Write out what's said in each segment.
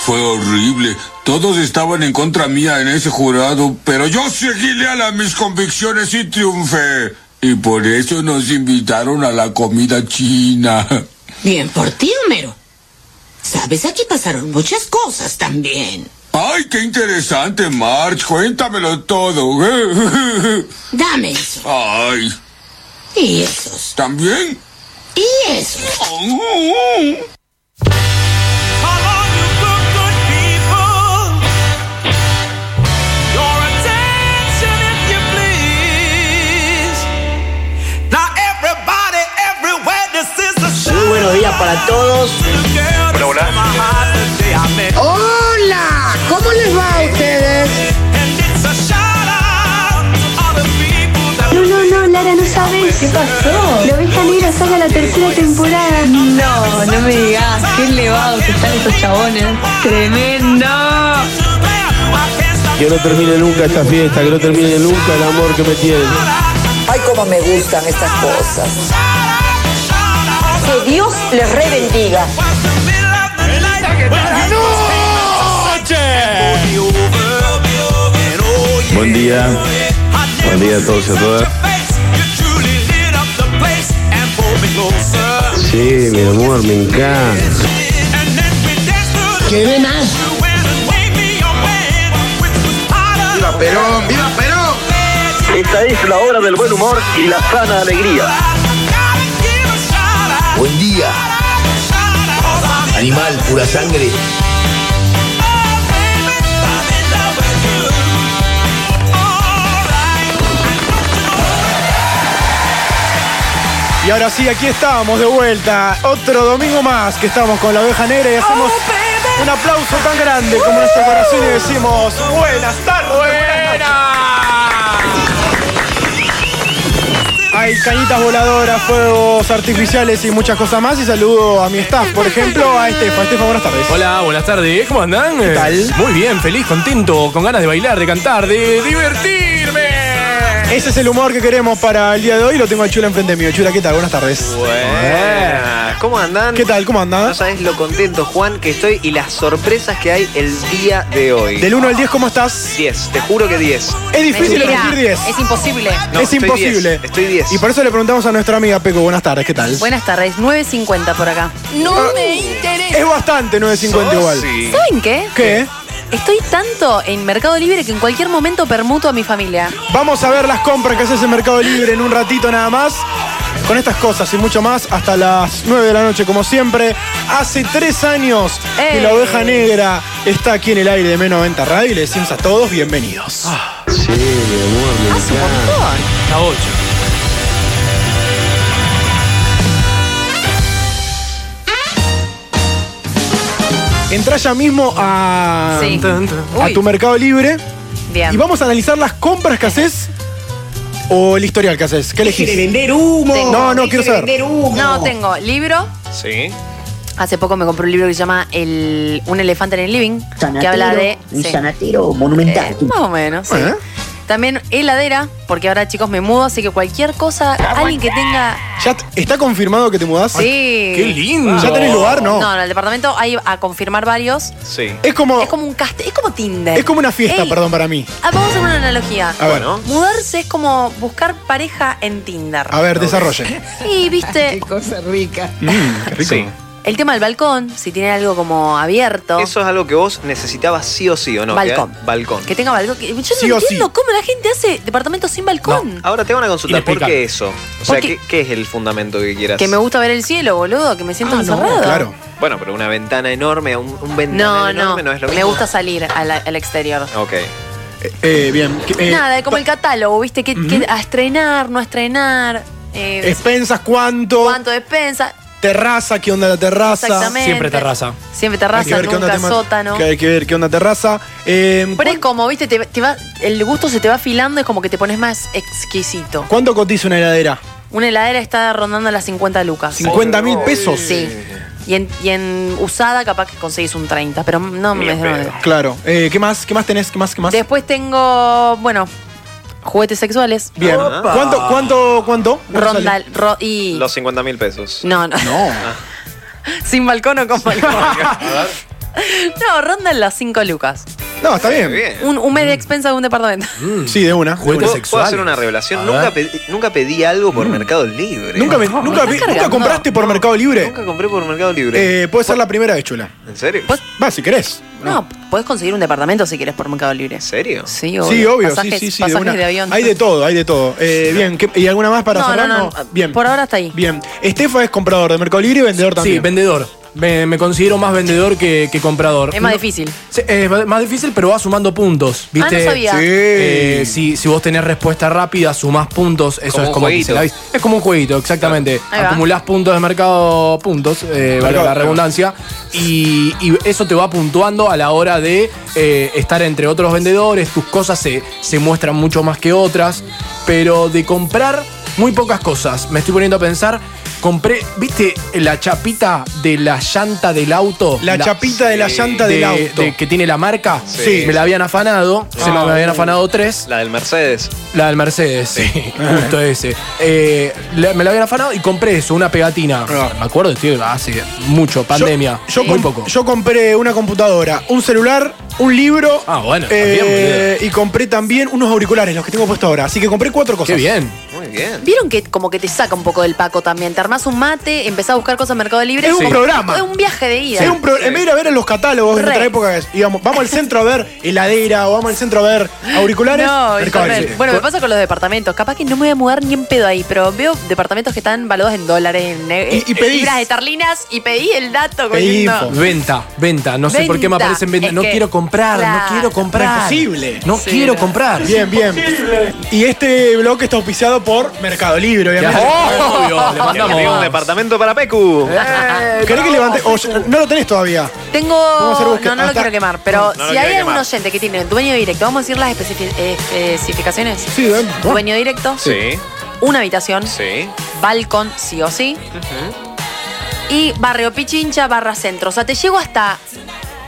Fue horrible. Todos estaban en contra mía en ese jurado, pero yo seguí leal a mis convicciones y triunfé. Y por eso nos invitaron a la comida china. Bien por ti, Homero. Sabes, aquí pasaron muchas cosas también. ¡Ay, qué interesante, March! Cuéntamelo todo. Dame eso. ¡Ay! Y esos. ¿También? Y esos. Muy buenos días para todos. Hola, hola. Hola, ¿cómo les va a ustedes? No, no, no, Lara, no sabes. ¿Qué pasó? La oveja negra saca la tercera temporada. No, no me digas, qué elevados están estos chabones. Tremendo. Que no termine nunca esta fiesta, que no termine nunca el amor que me tienen. Ay, cómo me gustan estas cosas. Que Dios les rebendiga. Buen día. Buen día a todos y a todas. Sí, mi amor, me encanta. ¡Qué venas! ¡Viva Perón! ¡Viva Perón! Esta es la hora del buen humor y la sana alegría. Buen día. Animal, pura sangre. Y ahora sí, aquí estamos de vuelta. Otro domingo más que estamos con la oveja negra y hacemos un aplauso tan grande como nuestro corazón y decimos buenas tardes. Hay cañitas voladoras, fuegos artificiales y muchas cosas más. Y saludo a mi staff, por ejemplo, a Estefa. Estefa, buenas tardes. Hola, buenas tardes. ¿Cómo andan? ¿Qué tal? Muy bien, feliz, contento, con ganas de bailar, de cantar, de divertirme. Ese es el humor que queremos para el día de hoy. Lo tengo al Chula enfrente mío. Chula, ¿qué tal? Buenas tardes. Buenas. ¿Cómo andan? ¿Qué tal? ¿Cómo andan? No sabes lo contento, Juan, que estoy y las sorpresas que hay el día de hoy. Del 1 al 10, ¿cómo estás? 10, te juro que 10. Es difícil elegir 10. Es imposible. No, es estoy imposible. 10, estoy 10. Y por eso le preguntamos a nuestra amiga Peco, buenas tardes, ¿qué tal? Buenas tardes, 9.50 por acá. Ah, Es bastante Oh, 9.50 igual. ¿Saben qué? ¿Qué? Estoy tanto en Mercado Libre que en cualquier momento permuto a mi familia. Vamos a ver las compras que haces en Mercado Libre en un ratito nada más. Con estas cosas y mucho más, hasta las 9 de la noche, como siempre. Hace tres años que ¡Ey! la oveja negra está aquí en el aire de M90 Radio y le decimos a todos bienvenidos. Ah. Sí, mi amor, Ah, me Hace un encanta. montón. La 8. Entra ya mismo a, Sí. a Uy. tu Mercado Libre Bien. y vamos a analizar las compras que haces o el historial que haces. ¿Qué elegís? vender humo! Tengo. No, no, Deje quiero de saber. vender humo! No, tengo libro. Sí. Ah, Hace poco me compré un libro que se llama el, Un elefante en el living, que Sanatero, habla de... Un sí. sanatero Eh, monumental. más o menos, sí. Bueno. También heladera, porque ahora chicos me mudo, así que cualquier cosa, alguien que tenga... ¿Ya t- está confirmado que te mudás? Sí. Qué lindo. ¿Ya tenés lugar? No. No, en el departamento hay a confirmar varios. Sí. Es como, Es como un cast es como Tinder. es como una fiesta, Ey, perdón, para mí. ah, vamos a hacer una analogía. A ver, Bueno. Mudarse es como buscar pareja en Tinder. a ver, desarrollen. Y viste, cosa rica. Mm, qué rico. Sí. el tema del balcón, si tiene algo como abierto. Eso es algo que vos necesitabas sí o sí, ¿o no? Balcón. ¿Qué? Balcón. Que tenga balcón. que- Yo no Sí o sí. entiendo cómo la gente hace departamentos sin balcón. Ahora te van a consultar por Inexplicable. qué eso. O sea, Porque- ¿qué, qué es el fundamento que quieras? Que me gusta ver el cielo, boludo, que me siento Ah, no, encerrado. claro. Bueno, pero una ventana enorme, un, un No, ventana no, enorme no es lo mismo. me gusta salir al, al exterior. Ok. Eh, bien. que- eh, Nada, como el catálogo, ¿viste? Que, que a estrenar, no a estrenar, eh, Expensas, cuánto, cuánto despensa. terraza, qué onda la terraza. Exactamente. Siempre terraza. Siempre Hay que terraza, ver qué onda nunca tema- sótano. que hay que ver qué onda terraza. Eh, Pero es ¿cuán- como, viste, te, te va, el gusto se te va afilando, es como que te pones más exquisito. ¿Cuánto cotiza una heladera? Una heladera está rondando las 50 lucas. 50 mil pesos. Sí. Y en, y en usada capaz que conseguís un 30, pero no me... no me- Claro. Eh, ¿Qué más? ¿Qué más tenés? ¿Qué más? ¿Qué más? Después tengo, bueno, juguetes sexuales. Bien. ¿Cuánto? ¿Cuánto? ¿Cuánto? ¿Cuánto Ronda sale? ro- y... Los 50 mil pesos. No, no. No. Sin balcón o con balcón. No, rondan las 5 lucas. No, está bien. Un, un Mm. mes de expensa de un departamento. Sí, de una. ¿Puedo, de una. puedo hacer una revelación? Nunca pedí, nunca pedí algo por Mercado Libre. Mm. ¿Nunca, me- nunca, vi- nunca compraste por Mercado Libre? Nunca compré por Mercado Libre. Eh, puede ser la primera vez, chula. ¿En serio? Va, si querés. No, podés conseguir un departamento si querés por Mercado Libre. ¿En serio? Sí, obvio. Sí, obvio, Pasajes, sí, sí, sí. pasajes una. de avión. Hay de todo, hay de todo. Eh, bien, ¿qué- ¿y alguna más para No, cerrar? Ah, no, no. Bien. Por ahora está ahí. Bien. Estefa es comprador de Mercado Libre y vendedor también. Sí, vendedor. Me, me considero más vendedor que, que comprador. Es más No- difícil. Sí, es ma- más difícil, pero va sumando puntos. ¿viste? Ah, no sabía. Sí. Eh, si, si vos tenés respuesta rápida, sumás puntos. Eso Como es un como que jueguito. se la avisa. Es como un jueguito, exactamente. Ahí va. Acumulás puntos de mercado, puntos, eh, valga Mercado, la redundancia. Y, y eso te va puntuando a la hora de eh, estar entre otros vendedores. Tus cosas se, se muestran mucho más que otras. Pero de comprar, muy pocas cosas. Me estoy poniendo a pensar. Compré, ¿viste la chapita de la llanta del auto? La chapita de la llanta del auto. eh, de- que tiene la marca. Sí. Me la habían afanado. Se me, Ah. me habían afanado tres. La del Mercedes. La del Mercedes, sí. Justo ese. Eh, la- me la habían afanado y compré eso, una pegatina. Me acuerdo, tío, hace mucho, pandemia. Ah. Yo, muy com- poco. yo compré una computadora, un celular, un libro. Ah, bueno, eh, y compré también unos auriculares, los que tengo puesto ahora. Así que compré cuatro cosas. Qué bien. Muy bien. Vieron que como que te saca un poco del paco también. Te armás un mate, empezás a buscar cosas en Mercado Libre. Es un como- programa. Es un viaje de ida. Era un pro- en vez de ir a ver en los catálogos en Re. otra época, íbamos, vamos al centro a ver heladera o vamos al centro a ver auriculares. No, Mercado internet. Libre. Bueno, me pasa con los departamentos. Capaz que no me voy a mudar ni en pedo ahí, pero veo departamentos que están valuados en dólares, en, e- Y- y en pedís. libras esterlinas y pedí el dato. con Pedí lindo. info. Venta, venta. No sé por qué me Venta. aparecen ventas. Es No que- quiero comprar, Claro. no quiero comprar. No es posible. No Sí, quiero no. comprar. Bien, bien. Y este blog está auspiciado por Mercado Libre, obviamente. Oh, obvio, le mandamos. Tengo un departamento para Pecu. Eh, Oh. ¿Querés que levante? Oh. o ya- no lo tenés todavía. Tengo. Vamos a hacer búsqueda. No, no lo Hasta- quiero quemar, pero No, no lo si quiero hay algún quemar. oyente que tiene dueño directo, vamos a decir las especifi- eh, especificaciones. Sí, dale. Dueño directo. Una habitación. Sí. Balcón, sí o sí. Y barrio Pichincha, barra centro. O sea, te llego hasta,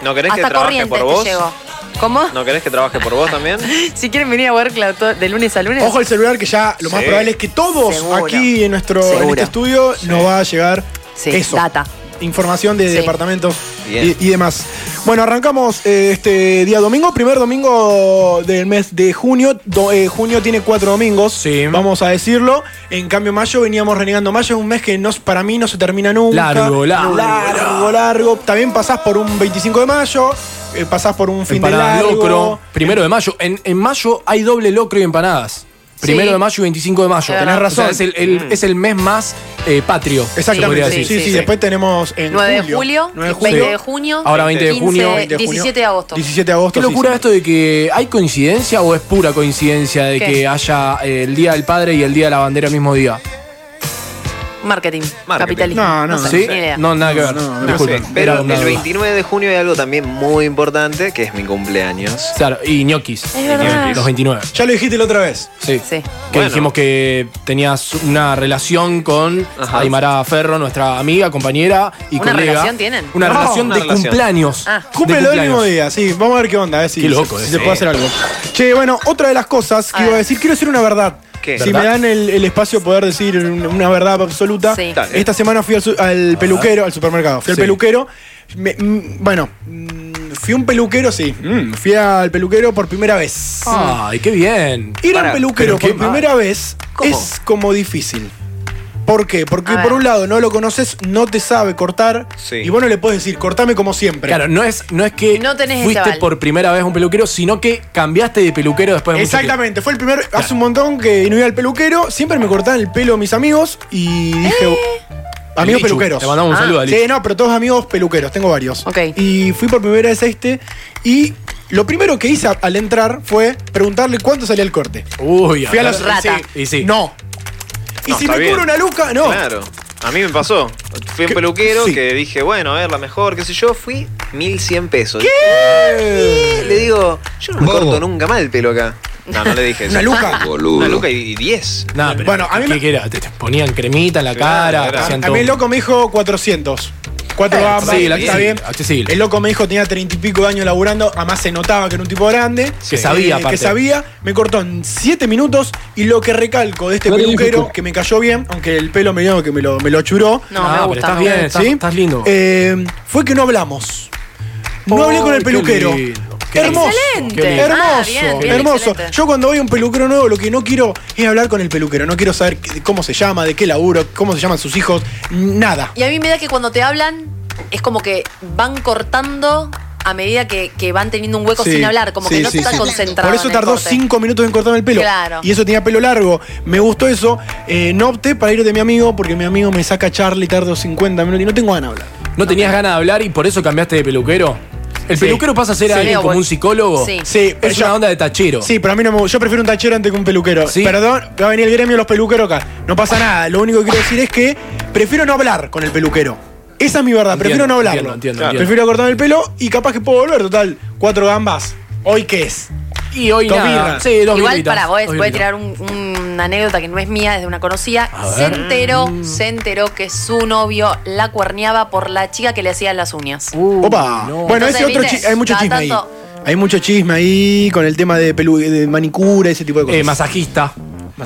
¿No querés que hasta trabaje Corrientes, por te vos? llego. ¿Cómo? ¿No querés que trabaje por vos también? Si quieren venir a Workcloud to- de lunes a lunes. Ojo el celular que ya lo más Sí. probable es que todos Seguro. aquí en nuestro en Seguro. este estudio nos va a llegar Sí, eso. data. Información de Sí. departamentos y, Bien. y demás. Bueno, arrancamos eh, este día domingo, primer domingo del mes de junio. Do- eh, junio tiene cuatro domingos, vamos a decirlo. En cambio, mayo veníamos renegando. Mayo es un mes que no, para mí no se termina nunca. Largo, largo, largo. largo. También pasás por un 25 de mayo, eh, pasás por un fin de empanadas largo. locro. Primero de mayo. En, en mayo hay doble locro y empanadas. Primero Sí. de mayo y 25 de mayo. Es Tenés verdad. razón. O sea, es, el, el- es el mes más eh, patrio. se Exactamente, podría sí, sí, decir. sí, Después tenemos en 9 de julio, 9 de julio. 20 de junio, Ahora 20 de 15, junio, 20 de junio. 17 de agosto. 17 de agosto. Qué locura esto de que hay coincidencia o es pura coincidencia de ¿Qué? que haya eh, el Día del Padre y el Día de la Bandera el mismo día. Marketing, capitalismo. No, no, sé, ¿Sí? ni idea. No, nada que ver. Disculpen, Pero era una el duda. 29 de junio hay algo también muy importante, que es mi cumpleaños. Claro, y ñoquis. Es verdad. Los 29. Ya lo dijiste la otra vez. Sí. Sí. Que Bueno. dijimos que tenías una relación con Ajá. Aymara Ferro, nuestra amiga, compañera y ¿Una colega. relación tienen? Una No, relación una de relación. cumpleaños. Ah. De Cúmplelo el mismo cumpleaños. día, sí. Vamos a ver qué onda, a ver si, Qué loco, si eh. se puede hacer algo. Che, bueno, otra de las cosas que iba a decir, quiero decir una verdad. ¿Qué? Si ¿Verdad? me dan el, el espacio poder decir un- una verdad absoluta. Sí. Dale. Esta semana fui al, su- al peluquero, al supermercado. Fui al Ah. Sí. peluquero. Me- mm, bueno, mm, fui a un peluquero, sí. Mm, fui al peluquero por primera vez. Ay, qué bien. Ir Pará, al peluquero pero qué por mal. primera vez es como difícil. ¿Por qué? Porque A ver. por un lado no lo conoces, no te sabe cortar y vos no le puedes decir, cortame como siempre. Claro, no es, no es que No tenés ese fuiste aval. por primera vez a un peluquero, sino que cambiaste de peluquero después de mucho tiempo. Exactamente, fue el primer, hace un montón que no iba al peluquero, siempre me cortaban el pelo mis amigos y dije, amigos Lichu, peluqueros. le mandamos un Ah. saludo a Lichu. Sí, no, pero todos amigos peluqueros, tengo varios. Y fui por primera vez a este y lo primero que hice a- al entrar fue preguntarle cuánto salía el corte. Fui Uy, a ver. los Rata. sí, No. Y No, si está me bien. cobra una luca, no. Claro. A mí me pasó. Fui a un peluquero que dije, bueno, a ver, la mejor, qué sé yo. Fui 1100 pesos. Eh. ¿Qué? Le digo, yo no me Bobo. corto nunca más el pelo acá. No, no le dije eso. Una luca. Boludo. Una luca y 10. Nah, pero Bueno, a mí ¿qué- me- qué era? Te, te ponían cremita en la Claro, cara. te claro. hacían A mí el todo. loco me dijo 400. Cuatro Eh, gambas, sí, la- está sí, bien. accesible. El loco me dijo tenía treinta y pico de años laburando, además se notaba que era un tipo grande. Eh, Que sabía, aparte. Que sabía, me cortó en siete minutos y lo que recalco de este No te peluquero, discuto. que me cayó bien, aunque el pelo me dio que me lo, me lo achuró. No, Ah, me pero gusta, estás me gusta. bien, estás- estás lindo. Eh, fue que no hablamos. Oh, No hablé con el peluquero. Qué hermoso. excelente. Qué bien. Hermoso. Ah, bien, bien, hermoso. excelente. Yo cuando voy a un peluquero nuevo, lo que no quiero es hablar con el peluquero. No quiero saber qué- cómo se llama, de qué laburo, cómo se llaman sus hijos. Nada. Y a mí me da que cuando te hablan, es como que van cortando a medida que, que van teniendo un hueco Sí, sin hablar, como sí, que no sí, está sí. concentrado. Por eso en el tardó corte. cinco minutos en cortarme el pelo. Claro. Y eso tenía pelo largo. Me gustó eso. Eh, no opté para ir de mi amigo porque mi amigo me saca charla y tardo 50 minutos y no tengo ganas de hablar. ¿No tenías ganas de hablar y por eso cambiaste de peluquero? El Sí. peluquero pasa a ser Sí. alguien como un psicólogo. Sí. Eh, Sí, pero es una yo- onda de tachero. Sí, pero a mí no me gusta. Yo prefiero un tachero antes que un peluquero. Sí. Perdón, va a venir el gremio de los peluqueros acá. No pasa nada. Lo único que quiero decir es que prefiero no hablar con el peluquero. Esa es mi verdad. prefiero no hablarlo. entiendo, entiendo, Claro. entiendo. Prefiero cortarme el pelo y capaz que puedo volver. Total, cuatro gambas. ¿Hoy qué es? Y hoy Dos nada. birras. Sí, dos Igual, birritas, para vos, dos voy a birritas. tirar un- una anécdota que no es mía, es de una conocida. A Se ver. enteró, Mm. se enteró que su novio la cuerneaba por la chica que le hacía las uñas. Uh. Opa. Eh, Bueno, ese Entonces, otro ¿viste? chi- hay mucho Cada chisme ahí. tanto- Hay mucho chisme ahí con el tema de, pelu de manicura, ese tipo de cosas. Eh, masajista.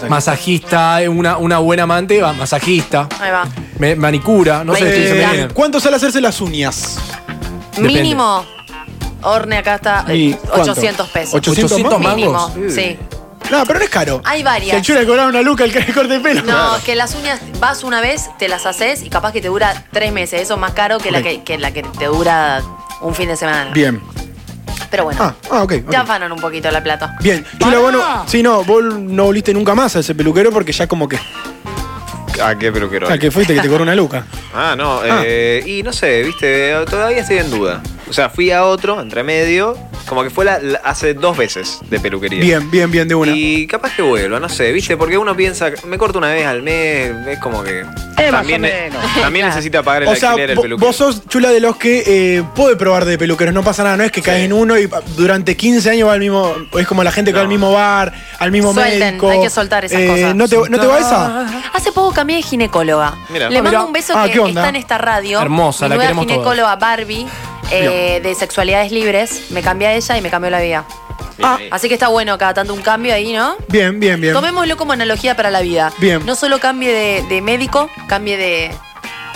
Masajista, eh, una, una buena amante, va, masajista. Ahí va. Me- manicura, no sé, Eh, estoy- se me viene. ¿Cuánto sale hacerse las uñas? Depende. Mínimo, Orne acá está ¿Y eh, cuánto? 800 pesos. 800 ¿800 más? Mínimo, mangos? sí. No, pero no es caro. Hay Si al varias. chulo le cobraba una luca el que le corte el pelo. No, que las uñas vas una vez, te las haces y capaz que te dura tres meses. Eso es más caro que, la, Ok. que, que la que te dura un fin de semana. Bien. Pero bueno, Ah, ah, ok. ok. te afanan un poquito la plata. Bien. Chula, bueno. Sí, no, vos no volviste nunca más a ese peluquero porque ya como que. ¿A Ah, qué peluquero? al que fuiste que te cobró una luca. Ah, no, eh, y no sé, viste, todavía estoy en duda. O sea, fui a otro, entre medio, como que fue la, la- hace dos veces de peluquería. Bien, bien, bien, de una. Y capaz que vuelva, no sé, viste, porque uno piensa, me corto una vez al mes, es como que. también también necesita pagar el O sea, alquiler el vo- peluquero. vos sos chula de los que eh, puede probar de peluqueros, no pasa nada, no es que caes en uno y pa- durante 15 años va al mismo, es como la gente que va al mismo bar, al mismo Suelten, médico. hay que soltar esas Eh, cosas. ¿No te, no te va esa? Hace poco cambié de ginecóloga. Mirá. Le Ah, mando mirá. un beso Ah, que ¿qué onda? está en esta radio. Hermosa, Mi la nueva queremos todos. ginecóloga Barbie, eh, de sexualidades libres. Me cambié a ella y me cambió la vida. Ah. Así que está bueno cada tanto un cambio ahí, ¿no? Bien, bien, bien. Tomémoslo como analogía para la vida. Bien. No solo cambie de, de médico, cambie de,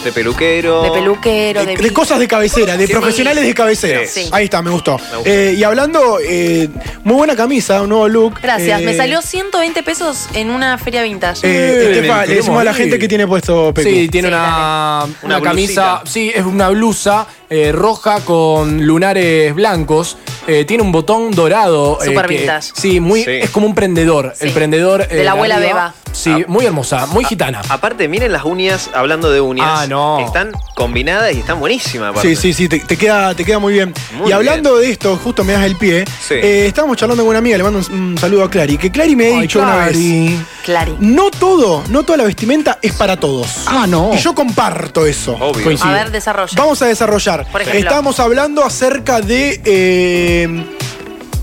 De peluquero. de peluquero, de, Eh, De cosas de cabecera, de Sí. profesionales de cabecera. Sí. Ahí está, me gustó. Eh, y hablando, eh, muy buena camisa, un nuevo look. Gracias, Eh, me salió 120 pesos en una feria vintage. Eh, Estefa, le decimos a la morir. gente que tiene puesto Pecu. Sí, tiene una, una Una camisa, sí, es una blusa eh, roja con lunares blancos. eh, tiene un botón dorado. eh, Súper que- vintage. Sí, muy, es como un prendedor. El prendedor. eh, De la abuela Beba. Sí, Ah. muy hermosa, muy gitana. Aparte, miren las uñas, hablando de uñas. Ah, no. Están combinadas y están buenísimas, aparte. Sí, sí, sí, te, te queda, te queda muy bien. Muy y hablando de esto, justo me das el pie. Sí. eh, estábamos charlando con una amiga, le mando un, un saludo a Clary, que Clary me ha Ay, dicho Clary. una vez. Clary. No todo, no toda la vestimenta es para todos. Ah, no. Y yo comparto eso. Obvio. A ver, desarrolla. Vamos a desarrollar. Por ejemplo. Estábamos hablando acerca de eh,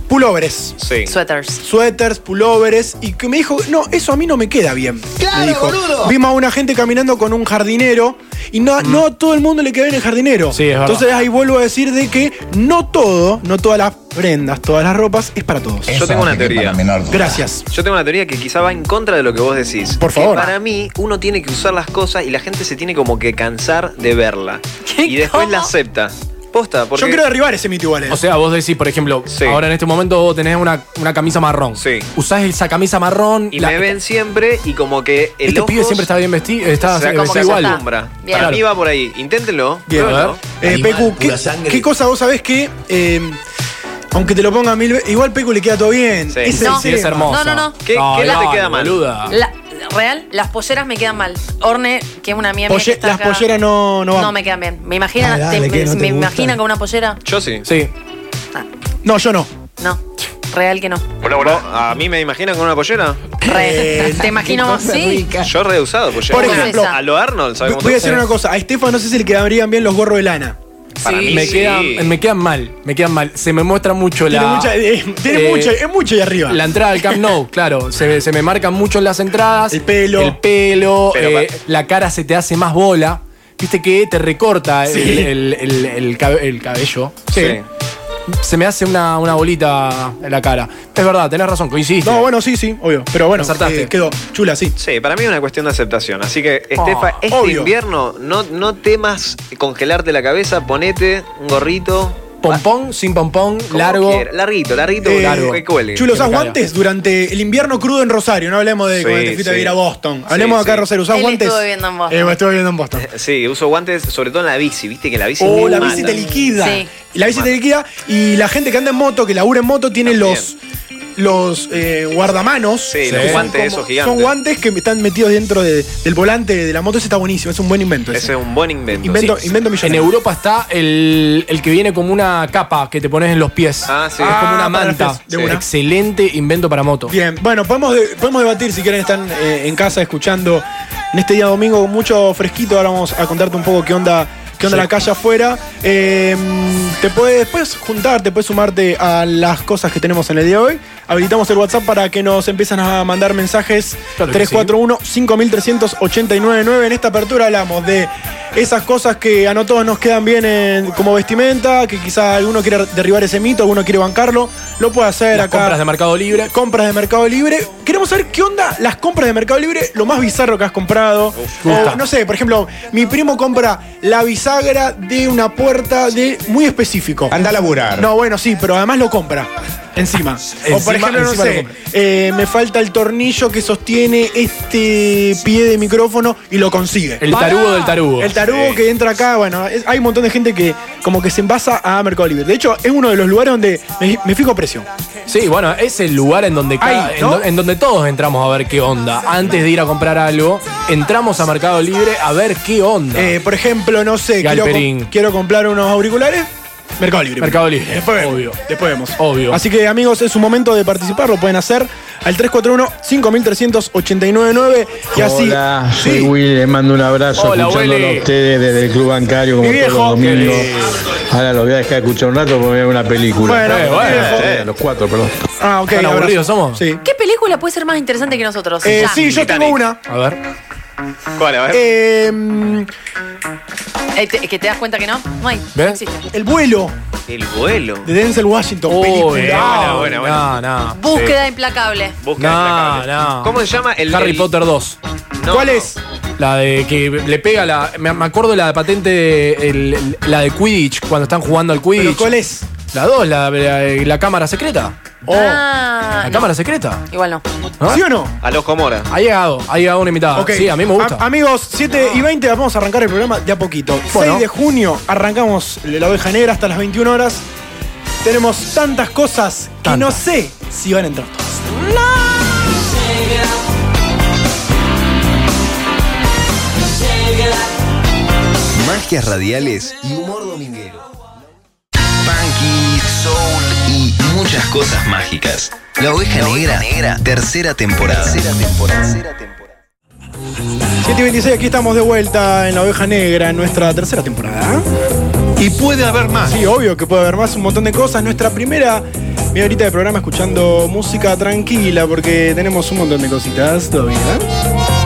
pullovers. Sí. Sweaters. Suéteres, pullovers. Y que me dijo, no, eso a mí no me queda bien. ¡Claro, me dijo. boludo! Vimos a una gente caminando con un jardinero y no, no a todo el mundo le queda bien el jardinero. Mm. Sí, es verdad. Entonces ahí vuelvo a decir de que no todo, no todas las prendas, todas las ropas es para todos. Yo tengo una teoría. Gracias. Yo tengo una teoría que quizá va en contra de lo que vos decís. Por Que favor. para mí, uno tiene que usar las cosas y la gente se tiene como que cansar de verla. Y después la acepta. Posta, porque. Yo quiero derribar ese mito igual. eh. O sea, vos decís, por ejemplo, ahora en este momento vos tenés una, una camisa marrón. Sí. Usás esa camisa marrón. Y la- me ven siempre y como que el Este ojos pibe siempre está bien vestido. Está se como vestido que se igual. acostumbra. Bien. Para mí Claro. va por ahí. Inténtenlo. Bien, pruébenlo. Eh, Pecu, ¿qué, qué cosa vos sabés que, eh, aunque te lo ponga mil veces, igual Pecu le queda todo bien? Ese No. el tema. No, no, no. ¿Qué, qué no te queda mal? Ah. La- real, las polleras me quedan mal. Orne, que es una mía mía Polle- que está las acá, polleras no, no van. No me quedan bien. ¿Me imaginan, Ay, dale, te- que no me, te me gustan. imaginan con una pollera? Ah, Yo sí. Sí. No, yo no. No, real que no. Eh, Hola, hola. ¿A mí me imaginan con una pollera? Re- Eh, te imagino más, sí. Yo re he usado pollera. Por ejemplo, a lo Arnold, ¿sabes cómo Voy a te- decir una cosa, a Estefan no sé si le quedarían bien los gorros de lana. Para mí me, sí. quedan, me quedan mal, me quedan mal. Se me muestra mucho Tiene, la. mucha, eh, tiene eh, mucho, es mucho ahí arriba. La entrada al Camp Nou, claro. Se, se me marcan mucho en las entradas. El pelo. El pelo. Pero eh, la cara se te hace más bola. Viste que te recorta el- Sí. el, el- el cabe- el cabello. Sí. Se me hace una, una bolita en la cara. Es verdad, tenés razón, coincidiste. No, bueno, sí, sí, obvio. Pero bueno, Acertaste. eh, quedó chula, sí. Sí, para mí es una cuestión de aceptación. Así que, Ah, Estefa, este obvio. invierno no, no temas congelarte la cabeza, ponete un gorrito. Pompón, sin pompón, largo. quiera. Larguito, larguito, Eh, largo. que cuele. Chulo, ¿usás Que caiga. guantes durante el invierno crudo en Rosario? No hablemos de Sí, cuando te fuiste a sí. vivir a Boston. Sí, Hablemos acá, sí. de Rosario. ¿Usás Él guantes? estuvo viviendo en Boston. Eh, estuve viviendo en Boston. Sí, uso guantes, sobre todo en la bici, viste que la bici. Oh, me la mata. bici te liquida. La bici te liquida y la gente que anda en moto, que labura en moto, tiene los, los eh, guardamanos. Sí, los Son guantes como- esos gigantes. Son guantes que están metidos dentro de- del volante de la moto. Ese está buenísimo, es un buen invento. Ese es un buen invento. Invento- Sí. invento millonario. En Europa está el, el que viene como una capa que te pones en los pies. Ah, sí. Es como una Ah, para los manta. pies, de una. Excelente invento para moto. Bien, bueno, podemos, de- podemos debatir si quieren, están eh, en casa escuchando en este día domingo con mucho fresquito. Ahora vamos a contarte un poco qué onda, qué onda Sí. la calle afuera. Eh, te puedes, puedes juntarte, puedes sumarte a las cosas que tenemos en el día de hoy. Habilitamos el WhatsApp para que nos empiecen a mandar mensajes. Claro que 341-53899. En esta apertura hablamos de esas cosas que a no todos nos quedan bien en- como vestimenta, que quizá alguno quiere derribar ese mito, alguno quiere bancarlo. Lo puede hacer Las acá. compras de Mercado Libre. Compras de Mercado Libre. Queremos saber qué onda las compras de Mercado Libre, lo más bizarro que has comprado. me gusta. O, no sé, por ejemplo, mi primo compra la bisagra de una puerta de muy específico. Anda a laburar. No, bueno, sí, pero además lo compra. Encima. o por Encima- ejemplo, no encima lo sé, compra. eh, me falta el tornillo que sostiene este pie de micrófono y lo consigue. El tarugo del tarugo. El tarugo que entra acá, bueno, es- hay un montón de gente que como que se envasa a Mercado Libre. De hecho, es uno de los lugares donde me, me fijo precio. Sí, bueno, es el lugar en donde, cada- Ahí, en ¿no? do- en, donde todos entramos a ver qué onda. Antes de ir a comprar algo, entramos a Mercado Libre a ver qué onda. Eh, por ejemplo, no sé, quiero, Galperín. com- quiero comprar unos auriculares. Mercado Libre. Eh, Mercado Libre. Después vemos. obvio. Después vemos. Obvio. Así que amigos, es un momento de participar, lo pueden hacer al 341-5389999 y así... Hola, soy Sí. Willy, les mando un abrazo Hola, escuchándolo Willy. a ustedes desde el Club Bancario como Mi todos los viejo. Eh, domingos. Qué lindo. Ahora los voy a dejar escuchar un rato porque voy a ver una película. Bueno, Eh, bueno. viejo. Eh, los cuatro, perdón. Ah, ok. Tan abrazo. aburridos somos. Sí. ¿Qué película puede ser más interesante que nosotros? Eh, Ya. sí, yo tengo una. A ver. ¿Cuál? A ver. Eh, mm, Eh, te- que te das cuenta que no. No hay. ¿Ves? No existe. el vuelo El vuelo. de Denzel Washington. Oh, película. eh, Buena, no, buena, No, buena. no. Búsqueda implacable. No, Busca destacable. no. ¿Cómo se llama el Harry el- Potter 2. No, ¿Cuál no. es? La de que le pega la. Me me acuerdo la de patente. de- el- el- la de Quidditch, cuando están jugando al Quidditch. ¿Pero cuál es? La 2, la, la- la cámara secreta. Oh, Ah, La no. cámara secreta. Igual no. ¿Ah? ¿Sí o no? A los Comora. Ahí hago, ahí hago una imitada. Ok. Ah, Ah, Sí, a mí me gusta. Am- amigos, 7 y 20 vamos a arrancar el programa de a poquito. Bueno. 6 de junio arrancamos la oveja negra hasta las 21 horas. Tenemos tantas cosas que Tantas. no sé si van a entrar. Magias radiales y humor dominguero. Punky, soul y muchas cosas mágicas. La oveja negra, tercera temporada. Tercera temporada. 7 y 26, aquí estamos de vuelta en la oveja negra en nuestra tercera temporada. Y puede haber más. Sí, obvio que puede haber más, un montón de cosas. Nuestra primera media horita de programa escuchando música tranquila porque tenemos un montón de cositas todavía.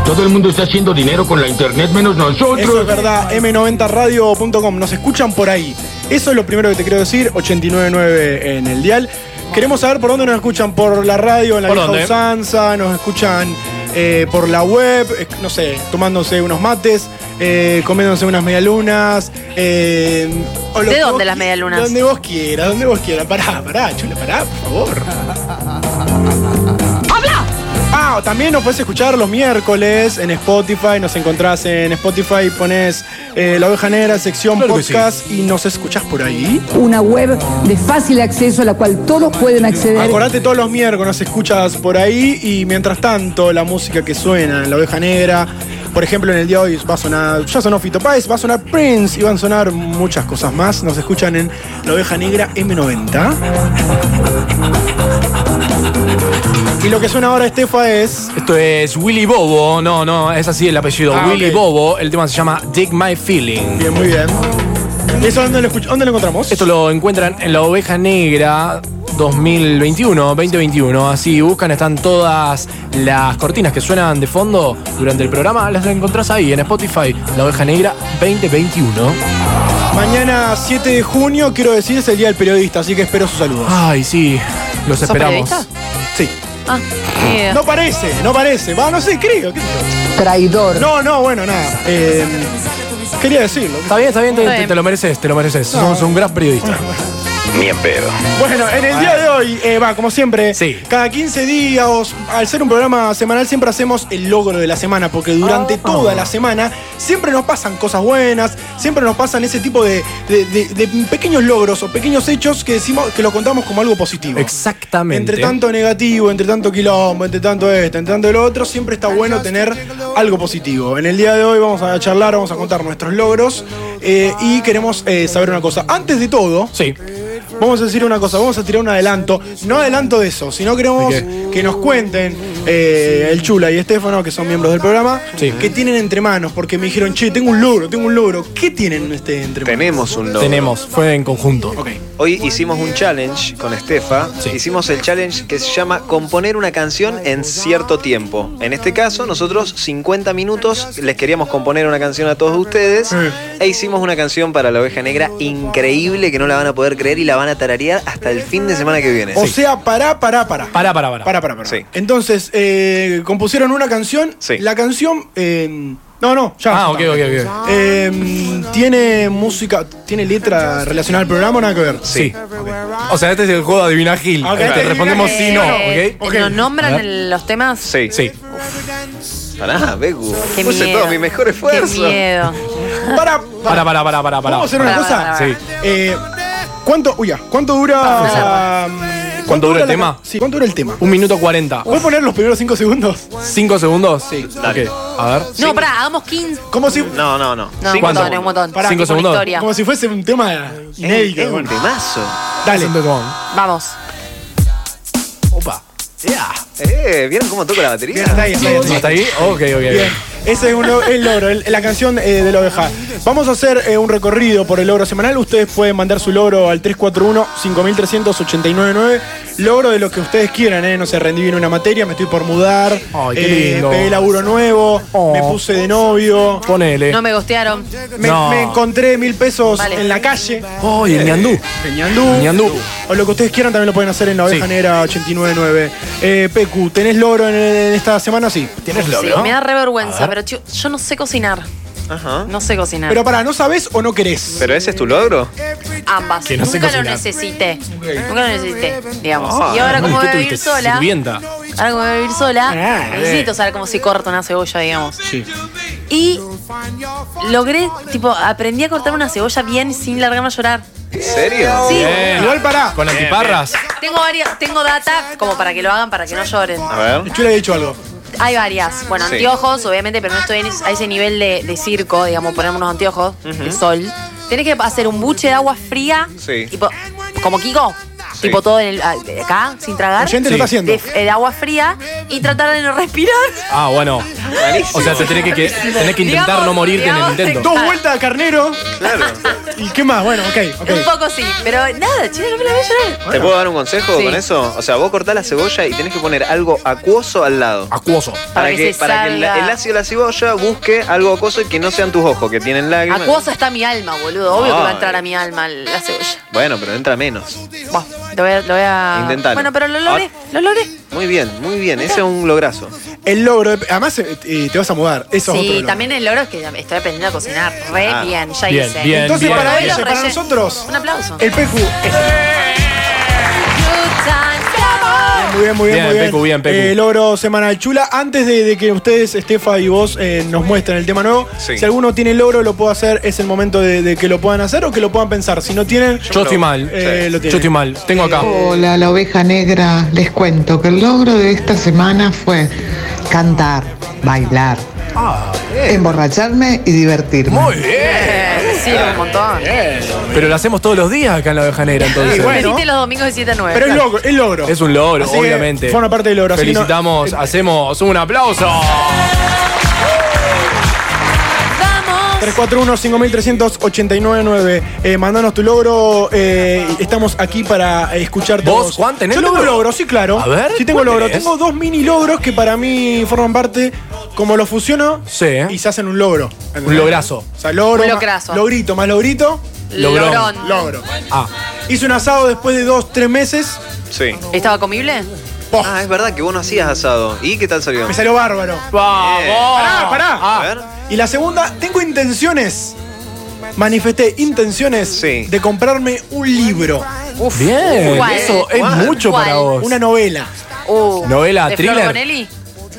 Todo el mundo está haciendo dinero con la internet menos Eso es nosotros. verdad, m90radio.com, nos escuchan por ahí. Eso es lo primero que te quiero decir, 899 en el dial. Queremos saber por dónde nos escuchan, por la radio, en la ¿Por vieja dónde? usanza, nos escuchan eh, por la web, eh, no sé, tomándose unos mates, eh, comiéndose unas medialunas. eh, o lo ¿De que dónde vos las qui- medialunas? Donde vos quieras, donde vos quieras. Pará, pará, chula, pará, por favor. Ah, también nos puedes escuchar los miércoles en Spotify. Nos encontrás en Spotify, pones eh, La Oveja Negra, sección Claro que podcast y nos escuchás por ahí. Una web de fácil acceso a la cual todos pueden acceder. Acordate todos los miércoles, nos escuchas por ahí y mientras tanto la música que suena en La Oveja Negra, por ejemplo en el día de hoy va a sonar, ya sonó Fito Páez, va a sonar Prince y van a sonar muchas cosas más. Nos escuchan en La Oveja Negra M90. Y lo que suena ahora, Estefa, es... Esto es Willy Bobo. No, no, es así el apellido. Ah, Willy ok. Bobo. El tema se llama Dig My Feeling. Bien, muy bien. ¿Eso dónde lo, escuch- dónde lo encontramos? Esto lo encuentran en la oveja negra 2021, 2021. Así buscan, están todas las cortinas que suenan de fondo durante el programa. Las encontrás ahí en Spotify, la oveja negra 2021. Mañana 7 de junio, quiero decir, es el Día del Periodista, así que espero sus saludos. Ay, sí, los ¿Sos esperamos. periodista? Sí. Ah, ni idea. No parece, no parece. Va, no sé, creo. qué sé yo. Traidor. No, no, bueno, nada. Eh, quería decirlo. Está bien, está bien, te, Está bien. te- te lo mereces, te lo mereces. Somos un gran periodista. Ni en pedo. Bueno, en el día de hoy, eh, va, como siempre, cada 15 días, os- al ser un programa semanal, siempre hacemos el logro de la semana, porque durante toda la semana siempre nos pasan cosas buenas, siempre nos pasan ese tipo de, de- de- de pequeños logros o pequeños hechos que decimos que lo contamos como algo positivo. Exactamente. Entre tanto negativo, entre tanto quilombo, entre tanto esto, entre tanto lo otro, siempre está bueno tener algo positivo. En el día de hoy vamos a charlar, vamos a contar nuestros logros eh, y queremos eh, saber una cosa. Antes de todo, vamos a decir una cosa, vamos a tirar un adelanto. No adelanto de eso, sino queremos que nos cuenten eh, el Chula y Estefano, que son miembros del programa, que tienen entre manos, porque me dijeron, che, tengo un logro, tengo un logro. ¿Qué tienen este entre manos? Tenemos un logro. Tenemos, fue en conjunto. Hoy hicimos un challenge con Estefa. Hicimos el challenge que se llama componer una canción en cierto tiempo. En este caso, nosotros 50 minutos les queríamos componer una canción a todos ustedes e hicimos una canción para la oveja negra increíble que no la van a poder creer y la van a tararear hasta el fin de semana que viene. O sea, pará, pará, pará. Pará, pará, pará. Pará, pará, pará. Entonces, eh, compusieron una canción. La canción. eh, no, no, ya. Ah, ok, ok, ok. Eh, tiene música, tiene letra relacionada al programa o nada que ver. Sí. O sea, este es el juego de Adivina Gil. Ok. Te respondemos sí no, Eh, ¿ok? ¿Nos nombran A ver. el- los temas? Sí. Sí. Pará, Begu. Qué Puse miedo. todo mi mejor Qué esfuerzo. miedo. Pará, Pará, pará, pará, pará. pará. ¿Vamos a hacer una Pará, cosa? pará, pará. Eh, ¿Cuánto, uy, ya, ¿cuánto dura. Ah, o sea, ¿Cuánto dura el la tema? ca- Sí, ¿cuánto dura el tema? Un minuto cuarenta. ¿Puedes poner los primeros 5 segundos? ¿Cinco segundos? Sí. Dale. A ver. No, pará, hagamos 15. ¿Cómo si.? No, no, no. No, un Cinco montón, segundos. un montón. Pará, ¿Cinco tipo una segundos? historia. Como si fuese un tema Eh, inédito. Es un bueno. temazo. Dale. Vamos. Opa. Eh, ¿vieron cómo toco la batería? Bien, está ahí, está ahí, está ahí. ¿Hasta ahí? Ok, ok, Bien, ok. ese es un lo- el logro, el- la canción eh, de la oveja. Vamos a hacer eh, un recorrido por el logro semanal. Ustedes pueden mandar su logro al 341-53899. Logro de lo que ustedes quieran, ¿eh? No sé, rendí bien una materia, me estoy por mudar. Ay, qué eh, lindo. Oh. Pegué laburo nuevo, me puse de novio. Ponele. No me gostearon. Me, No. me encontré mil pesos Vale. en la calle. Ay, el ñandú. En Ñandú. Ñandú. O lo que ustedes quieran también lo pueden hacer en la oveja negra 899. Eh, Pecu, ¿tenés logro en, en esta semana? Sí. ¿Tienes Sí, me da revergüenza, pero chico, yo no sé cocinar. Ajá. No sé cocinar. Pero para, ¿no sabes o no querés? ¿Pero ese es tu logro? Ambas. Que no sé Nunca lo cocinar. necesité. Nunca lo necesité, digamos. Ah, y ahora ¿y como qué voy a vivir tuviste, sola. sirvienta? Ahora como voy a vivir sola, Ah, necesito saber cómo se corta una cebolla, digamos. Sí. Y logré, tipo, aprendí a cortar una cebolla bien sin largarme a llorar. ¿En serio? Sí. Bien. Igual pará. ¿Con antiparras? Tengo varias, tengo data como para que lo hagan para que no lloren. A ver. Yo le he dicho algo. Hay varias. Bueno, Sí. anteojos, obviamente, pero no estoy en es- a ese nivel de, de circo, digamos, ponerme unos anteojos de sol. Tenés que hacer un buche de agua fría, Sí. tipo, como Kiko, tipo todo en el- a- de acá, sin tragar. El oyente lo está haciendo. De, eh, de agua fría y tratar de no respirar. Ah, bueno. O sea, te tenés que, que- tenés que intentar Digamos, no morirte en el digamos, intento. Dos vueltas de carnero. Claro. ¿Y qué más? Bueno, ok, ok. Un poco sí, pero nada, chile, no me la voy a llorar. ¿Te puedo dar un consejo Sí. con eso? O sea, vos cortás la cebolla y tenés que poner algo acuoso al lado. Acuoso. Para que que, se para que el, salga. el ácido de la cebolla busque algo acuoso y que no sean tus ojos, que tienen lágrimas. Acuosa está mi alma, boludo. Obvio que va a Ay. entrar a mi alma la cebolla. Bueno, pero entra menos. Buah, lo voy a. Lo voy a... Intentalo. Ah. Bueno, pero lo logré, lo logré. Muy bien, muy bien. Ese es un lograzo. El logro. de- además, eh, eh, te vas a mudar. Eso es otro Sí, logro. también el logro es que estoy aprendiendo a cocinar re Ah. bien, ya Bien, hice. bien, Entonces, bien, para bien. Los ella, para rellenos. nosotros. Un aplauso. El PQ. Muy bien, muy bien, Bien, muy bien. Pecu, bien, Pecu. Eh, logro semanal chula. Antes de, de que ustedes, Estefa y vos, eh, nos muestren el tema nuevo, Sí. si alguno tiene logro, lo puedo hacer. Es el momento de, de que lo puedan hacer o que lo puedan pensar. Si no tienen. Yo estoy mal. eh, lo tienen. Yo estoy mal. Tengo acá. Hola, la oveja negra. Les cuento que el logro de esta semana fue cantar, bailar, emborracharme y divertirme. Ah, Muy bien. Eh, Sí, un montón. Pero lo hacemos todos los días acá en la ovejanera, entonces. Lo hiciste los domingos de 7 a 9. Pero es logro, es logro. Es un logro, Así que obviamente. forma parte del logro, así que no- Felicitamos, hacemos un aplauso. 341-5389-9. Eh, mandanos tu logro. eh, estamos aquí para escuchar todos. ¿Vos, Juan, tenés Yo tengo logro? logro, sí, claro. A ver, Sí, tengo ¿cuál logro. tenés? Tengo dos mini logros que para mí forman parte. Como los fusiono y se hacen un logro. Un lograzo. O sea, logro. Un ma- locrazo. Logrito, más logrito. Logrón. Logrón. Logro. Ah. Hice un asado después de dos, tres meses. Sí. ¿Estaba comible? Ah, es verdad que vos no hacías asado. ¿Y qué tal salió? Me salió bárbaro. Vamos. Ah, Pará, pará. A ver. Y la segunda, tengo intenciones. Manifesté intenciones de comprarme un libro. Uf. Bien, ¿Cuál? eso es ¿Cuál? mucho ¿Cuál? para vos. Una novela. Uh, Novela, ¿De thriller. Flor Bonelli?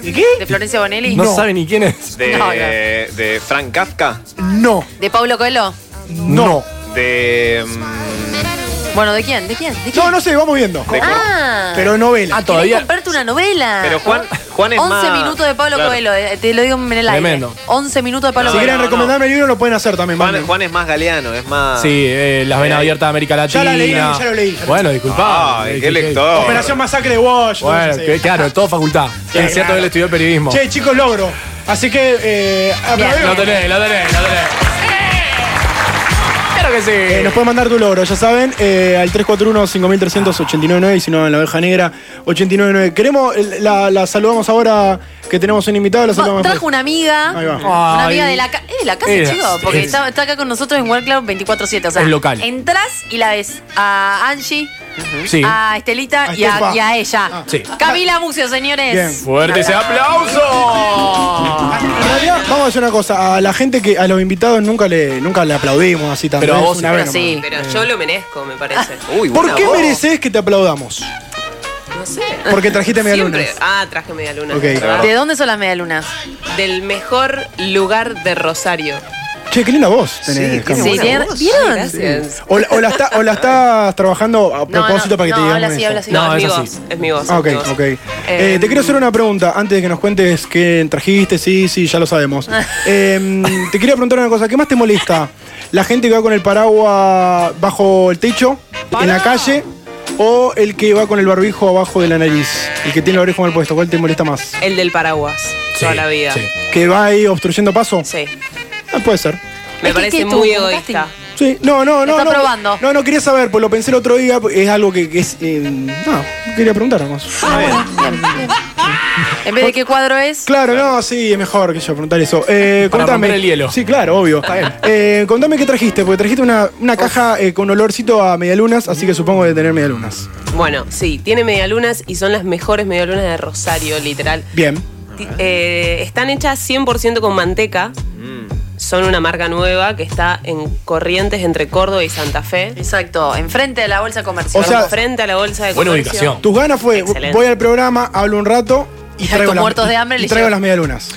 ¿De qué? ¿De Florencia Bonelli? No, sabe ni quién es. De, No, no. de Frank Kafka. No. ¿De Pablo Coelho? No. De. mm, Bueno, ¿de quién? ¿De quién? ¿De quién? No, no sé, vamos viendo. Ah, Pero novela. Ah, ¿Querés todavía. comprarte una novela? Pero Juan, Juan es 11 más. minutos de Pablo claro. Coelho, eh, te lo digo en el aire. Tremendo. 11 minutos de Pablo si Coelho. quieren recomendarme libros, lo pueden hacer también. Juan, manden. Juan es más galeano, es más. Sí, eh, las venas abiertas de América Latina. Ya la leí, ya lo leí. Bueno, disculpá. Ay, Eh, qué que- lector. Operación Masacre de Walsh. todo Bueno, eso, sí. que- claro, todo facultad. Sí, es cierto claro. que él estudió periodismo. Che, chicos, logro. Así que. Eh, a- a- Lo tenés, lo tenés, lo tenés. Claro que sí. Eh, nos pueden mandar tu logro, ya saben, eh, al 341-5389 y si no, en la oveja negra, 899. Queremos, eh, la, la saludamos ahora que tenemos un invitado, la Va, saludamos. Trajo una amiga. Ahí va. Una Ay. amiga de la casa. ¿Es de la casa, Es- chicos? Porque es- está, está acá con nosotros en World Club 24-7. O sea, Es local. Entrás y la ves a Angie, Sí. a Estelita A y, a, Estefa. Ah. y a ella. Sí. Camila Mucio, señores. Bien. Fuerte ese aplauso. En realidad, vamos a decir una cosa, a la gente que, a los invitados nunca le, nunca le aplaudimos así tanto. Pero a es vos una sí. vez nomás. Sí. Pero yo lo merezco, me parece. Uy, ¿Por buena qué voz. mereces que te aplaudamos? No sé. Porque trajiste media luna. Siempre. Ah, traje media luna. Ok. ¿De dónde son las medialunas? Del mejor lugar de Rosario. Che, qué linda voz tenés, Cami. Sí, buena ¿tienen- voz. ¿vieron? Gracias. O, la- o la está- o la estás trabajando a propósito no, para que te no, digan habla eso. así, habla así. No, No, es mi es así. voz. Es mi voz. Ah, ok, es mi voz. ok. Eh, te quiero hacer una pregunta antes de que nos cuentes qué trajiste. Sí, sí, ya lo sabemos. Ah. Eh, te quería preguntar una cosa. ¿Qué más te molesta? ¿La gente que va con el paraguas bajo el techo, en la calle? ¿O el que va con el barbijo abajo de la nariz? El que tiene el barbijo mal puesto. ¿Cuál te molesta más? El del paraguas. toda la vida. sí. Sí. ¿Que va ahí obstruyendo paso? Ah, puede ser. Me Es que, parece ¿qué, tú, muy un egoísta. casting? Sí, no, no, no. Está no, probando. No, no quería saber, pues lo pensé el otro día. Es algo que, que es. eh, no, quería preguntar nomás. En vez de qué cuadro es. Claro, no, sí, es mejor que yo preguntar eso. Eh, Para contame. romper el hielo. Sí, claro, obvio. Eh, contame qué trajiste, porque trajiste una, una caja eh, con olorcito a medialunas, así que supongo de tener medialunas. Bueno, sí, tiene medialunas y son las mejores medialunas de Rosario, literal. Bien. Ti- eh, están hechas 100% con manteca. Mm. Son una marca nueva que está en Corrientes entre Córdoba y Santa Fe. Exacto, enfrente de la bolsa comercial. O sea, frente a la bolsa de Buena comercio. ubicación. Tus ganas fue, Excelente. voy al programa, hablo un rato y traigo, Estos las, muertos de hambre y le traigo las llegan. medialunas.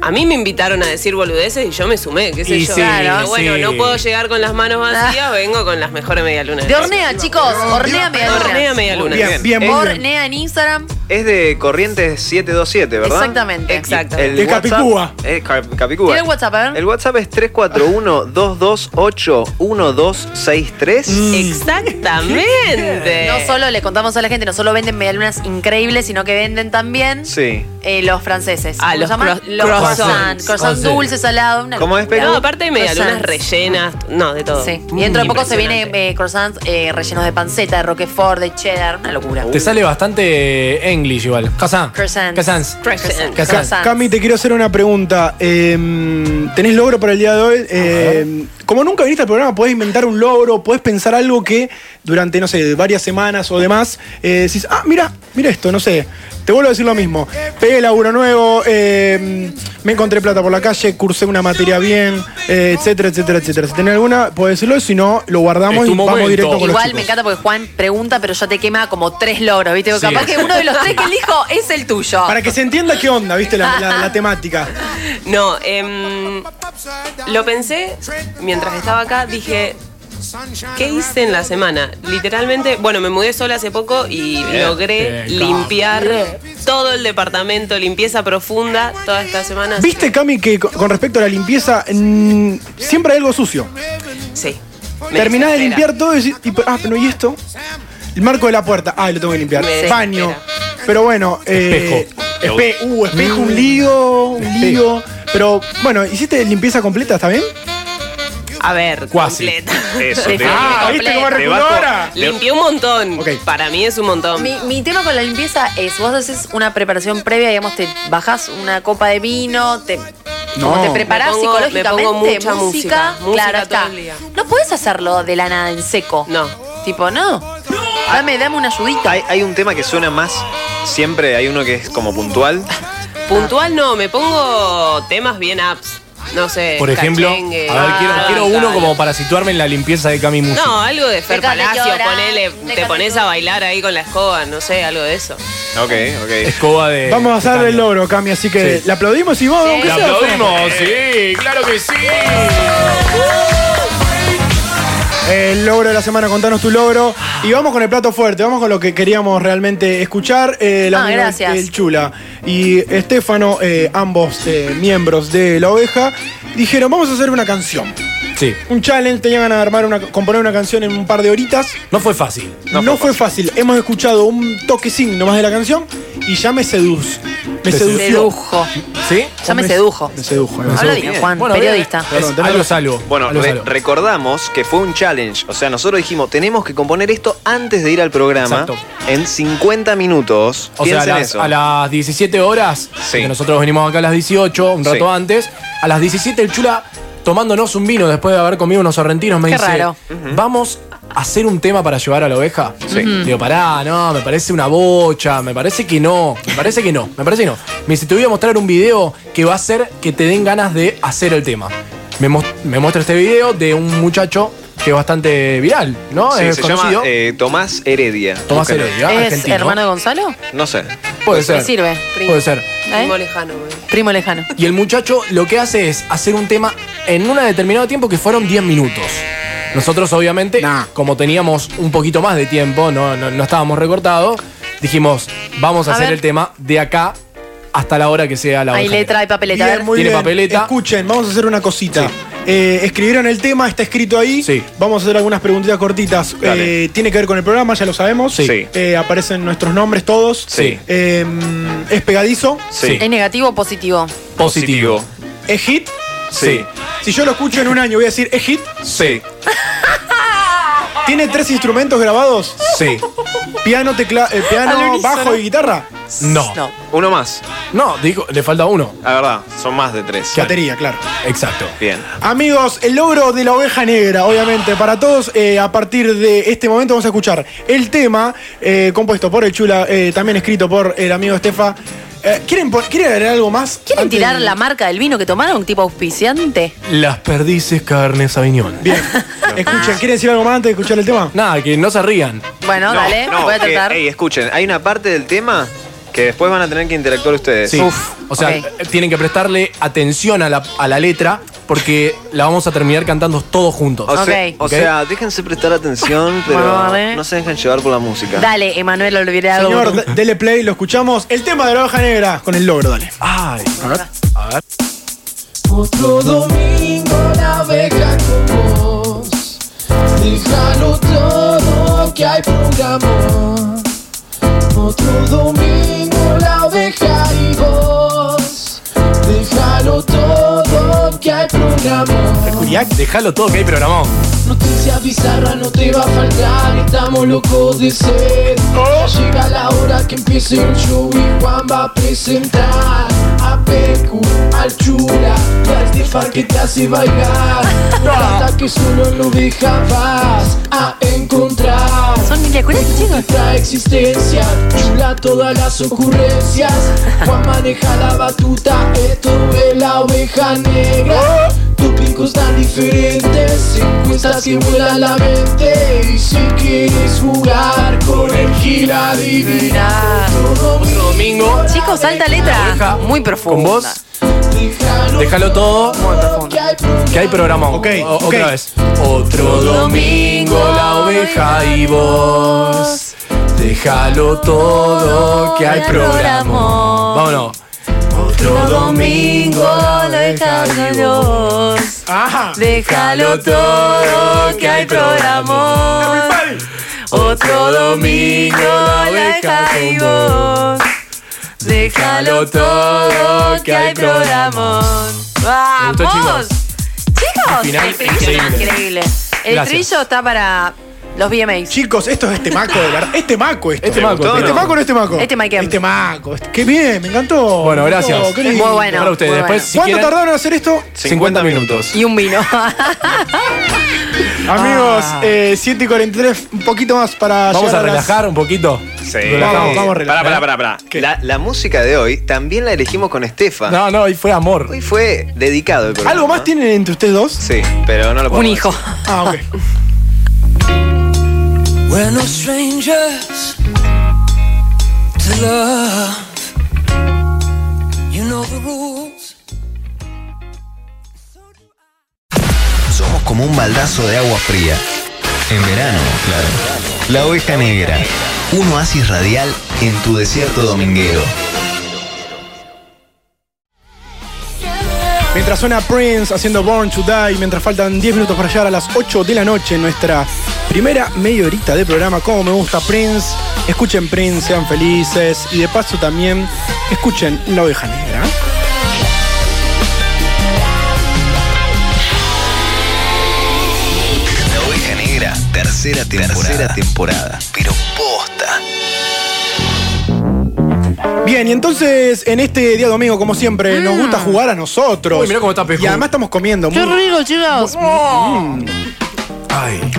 A mí me invitaron a decir boludeces y yo me sumé, qué sé Y yo. sí, Claro, y bueno, sí. no puedo llegar con las manos vacías, vengo con las mejores medialunas. Ah. de hornea, chicos. Hornea medialunas. Hornea medialunas. Bien, bien, muy bien. Hornea en Instagram. Es de Corrientes 727, ¿verdad? Exactamente. Exacto. El De WhatsApp- Capicúa. Eh, Cap- Capicúa. Tiene el WhatsApp, a ver. El WhatsApp es 341-228-1263. Mm. Exactamente. No solo le contamos a la gente, no solo venden medialunas increíbles, sino que venden también Sí. eh, los franceses. Ah, ¿Cómo los se llaman? cro- los croissants. croissants. Croissants Croissants. dulces, salados. una ¿Cómo es, locura. Peco? No, aparte de medialunas Croissants. rellenas, no, de todo. Sí. Y dentro de poco se viene Impresionante. eh, croissants eh, rellenos de panceta, de roquefort, de cheddar, una locura. Te sale bastante English igual. Kazan. Croissants. Kazans. Croissants. Kazan. Croissants. Cami, te quiero hacer una pregunta. Eh, ¿Tenés logro para el día de hoy? Eh, como nunca viniste al programa, podés inventar un logro, podés pensar algo que durante, no sé, varias semanas o demás, eh, decís, ah, mira, mira esto, no sé. Te vuelvo a decir lo mismo. Pegué laburo nuevo, eh, me encontré plata por la calle, cursé una materia bien, eh, etcétera, etcétera, etcétera. Si tenés alguna, podés decirlo, si no, lo guardamos Es y tu vamos momento. directo con los Igual chicos. me encanta porque Juan pregunta, pero ya te quema como tres logros, ¿viste? Porque Sí. Capaz que uno de los tres que elijo es el tuyo. Para que se entienda qué onda, viste, la, la- la temática. No, em, lo pensé mientras estaba acá, dije, ¿qué hice en la semana? Literalmente, bueno, me mudé sola hace poco y logré Bien, limpiar todo el departamento, limpieza profunda toda esta semana. así Viste, Cami, que co- con respecto a la limpieza, mm, siempre hay algo sucio. que- Sí. me Terminás de desespera. limpiar todo y, decís, y pe- ah, pero ¿y esto? El marco de la puerta, ah, lo tengo que limpiar. Me Baño. desespera. Pero bueno, eh, Espejo. espe- uh, espejo, un lío, un lío. Pero bueno, ¿hiciste limpieza completa? ¿Está bien? A ver, Cuasi. completa. Eso, te, Ah, te- ¿viste cómo te va co- te- Limpié un montón. Ok. Para mí es un montón. Mi, mi tema con la limpieza es, vos haces una preparación previa, digamos, te bajás una copa de vino, te, No. como te preparás Me pongo- psicológicamente, me pongo mucha música, música, música claro, todo está. el día. No puedes hacerlo de la nada en seco. No. Tipo, no. Dame, dame una ayudita. hay, hay un tema que suena más. Siempre hay uno que es como puntual. Puntual no, me pongo temas bien apps. No sé. Por ejemplo, a ver, Eh, cachengue, quiero, ah, quiero uno como para situarme en la limpieza de Cami Musi. No, algo de Fer Déjate Palacio, llorar, ponele, te déjate pones a bailar ahí con la escoba, no sé, algo de eso. Ok, ok. Escoba de. Vamos a hacer el logro, Cami, así que Sí. le aplaudimos y vamos, aunque La sea. aplaudimos, sí, claro que sí. El logro de la semana, contanos tu logro. Y vamos con el plato fuerte, vamos con lo que queríamos realmente escuchar. eh, la Ah, amiga, gracias. El Chula y Estefano, eh, ambos eh, miembros de La Oveja, dijeron, vamos a hacer una canción. Sí. Un challenge, tenían ganas de armar una, componer una canción en un par de horitas. No fue fácil. No, fue fácil. Hemos escuchado un toquecín nomás de la canción y ya me seduce. Me sedució. Sedujo. ¿Sí? Ya me Me sedujo. Me sedujo. ahí va. Habla bien, Juan, Bueno, periodista. bien. Es algo salvo. Bueno, algo re- salvo. recordamos que fue un challenge. O sea, nosotros dijimos, tenemos que componer esto antes de ir al programa. Exacto. En 50 minutos. O sea, a Piensen las, eso. a las 17 horas, que nosotros venimos acá a las 18, un rato Sí. antes, a las 17 el Chula tomándonos un vino después de haber comido unos sorrentinos me Qué dice, raro. vamos a hacer un tema para llevar a la oveja. Sí. Ujú. Digo, pará, no, me parece una bocha, me parece que no, me parece que no, me parece que no. Me dice, te voy a mostrar un video que va a hacer que te den ganas de hacer el tema. Me, mos- me muestra este video de un muchacho que es bastante viral, ¿no? Sí, es se conocido. llama eh, Tomás Heredia. Tomás Búsquenlo. Heredia. ¿Es argentino. hermano de Gonzalo? No sé. Puede Me ser. sirve. ¿Eh? Puede ser. Primo lejano, güey. Primo lejano. Y el muchacho lo que hace es hacer un tema en un determinado tiempo que fueron 10 minutos. Nosotros, obviamente, como teníamos un poquito más de tiempo, no, no, no estábamos recortados, dijimos, vamos a, A hacer ver. el tema de acá hasta la hora que sea la Hay oveja letra, hay papeleta. a Bien, ver. muy Tiene bien. papeleta. Escuchen, vamos a hacer una cosita. Eh, escribieron el tema, está escrito ahí. Vamos a hacer algunas preguntitas cortitas. Dale. Eh, tiene que ver con el programa, ya lo sabemos. Sí. Sí. Eh, aparecen nuestros nombres todos. Sí. Eh, es pegadizo. Sí. ¿Es negativo o positivo? negra. Positivo. Es hit. Sí. Si yo lo escucho en un año, voy a decir, es hit. Sí. ¿Tiene tres instrumentos grabados? Sí. Piano, tecla, eh, Al piano unísono. bajo y guitarra. No. No. Uno más. No, digo, le falta uno. La verdad, son más de tres. Batería, claro. Exacto. Bien. Amigos, el logro de la oveja negra, obviamente, para todos, eh, a partir de este momento vamos a escuchar el tema eh, compuesto por el Chula, eh, también escrito por el amigo Estefa. Eh, ¿quieren, pon- quieren agregar algo más? ¿Quieren Antes- tirar la marca del vino que tomaron? ¿Tipo auspiciante? Las perdices carnes aviñón. Bien. Escuchen, ¿quieren decir algo más antes de escuchar el tema? Nada, que no se rían. Bueno, dale, no, voy a que- tratar. ey, escuchen, hay una parte del tema que después van a tener que interactuar ustedes. Sí. o sea, ok. eh, tienen que prestarle atención a la, a la letra porque la vamos a terminar cantando todos juntos. Ah, O, sea, Ok. o sea, déjense prestar atención, pero Vale. no se dejen llevar por la música. Dale, Emanuel Olvidado. Señor, de- dele play, lo escuchamos. El tema de la oveja negra con el logro, dale. Ay, A ver. Otro domingo navega con vos. Déjalo todo que hay programa. Otro domingo la oveja y vos. Déjalo todo que hay programa. Curiac, déjalo todo que hay programado. Noticia bizarra no te va a faltar, estamos locos de ser. Llega la hora que empiece el show y Juan va a presentar a Pecu, al Chula y al Stefan que te hace bailar. Hasta que solo lo deja vas a encontrar. Son curas, chicos. Nuestra existencia, chula todas las ocurrencias. Juan maneja la batuta, esto es la oveja negra. Tus picos tan diferentes, encuestas que vuelan la mente. Y si quieres jugar con el gira divina, todo domingo. Chicos, alta letra. Muy profunda. Con vos, déjalo todo que hay programado. Ok, O- ok. Otra vez. Otro domingo la oveja y vos. Déjalo todo que hay programado. Vámonos. Otro domingo la oveja y vos. Ajá. Déjalo todo que hay programa. Otro domingo la oveja y vos. Déjalo todo que hay programa. gustó, ¡Vamos! chicos. Chicos, El final, el trillo es increíble. increíble. El Gracias. trillo está para Los VMAs. Chicos, esto es este maco, de verdad. Este maco, esto. Este maco, ¿Este no. maco o no este maco? Este Mike M. Este maco. este- Qué bien, me encantó. Bueno, gracias. Oh, qué Es muy lindo. bueno, Para ustedes. muy Después, bueno. si ¿Cuánto quieren- tardaron en hacer esto? 50 minutos. Y un vino. Amigos, eh, 7 y 43, un poquito más para Ah. Vamos a llegar las- relajar un poquito. Sí. Relajamos, vamos a relajar. Pará, pará, pará, pará. La, la música de hoy también la elegimos con Ah. Estefa. No, no, y fue amor. Hoy fue dedicado. el programa, ¿Algo más ¿no? tienen entre ustedes dos? Sí, pero no lo podemos Ah, ok. We're no strangers to love. You know the rules. Somos como un baldazo de agua fría. En verano, claro. La oveja negra. Un oasis radial en tu desierto dominguero. Mientras suena Prince haciendo Born to Die, mientras faltan 10 minutos para llegar a las 8 de la noche, nuestra primera media horita de programa, como me gusta Prince, escuchen Prince, sean felices y de paso también escuchen La Oveja Negra. La oveja negra, tercera temporada. Tercera temporada. Pero posta. Bien, y entonces en este día domingo, como siempre, nos gusta jugar a nosotros. Uy, mirá cómo está Pejú. Y además estamos comiendo. Qué muy- rico, chicos. Oh. Mm.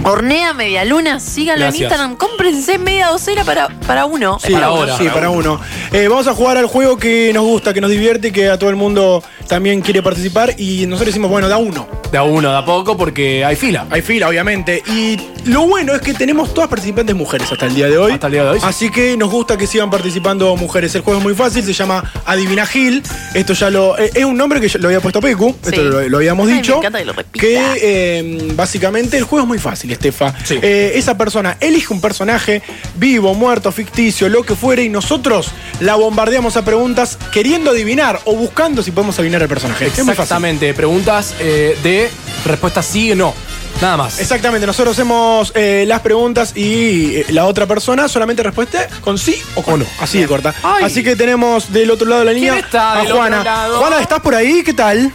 Hornea media luna, síganlo en Gracias. Instagram, cómprense media docena para, para uno. Sí, Para para, uno. sí, para uno. Eh, vamos a jugar al juego que nos gusta, que nos divierte y que a todo el mundo también quiere participar. Y nosotros decimos, bueno, da uno. De a uno, de a poco, porque hay fila. Hay fila, obviamente. Y lo bueno es que tenemos todas participantes mujeres hasta el día de hoy. Hasta el día de hoy. Así que nos gusta que sigan participando mujeres. El juego es muy fácil, se llama Adivina Gil. Esto ya lo. eh, Es un nombre que yo- lo había puesto Pecu. Sí. Esto lo, lo habíamos Ay, me dicho. encanta que lo eh, básicamente el juego es muy fácil, Estefa. Eh, esa persona elige un personaje, vivo, muerto, ficticio, lo que fuere, y nosotros la bombardeamos a preguntas queriendo adivinar o buscando si podemos adivinar el personaje. Es muy fácil. Exactamente. Preguntas eh, de respuesta sí o no. Nada más. Exactamente, nosotros hacemos eh, las preguntas y eh, la otra persona solamente respuesta con sí o con no. Así de corta. Ay. Así que tenemos del otro lado de la ¿Quién línea está a del Juana. otro lado? Juana, ¿estás por ahí? ¿Qué tal?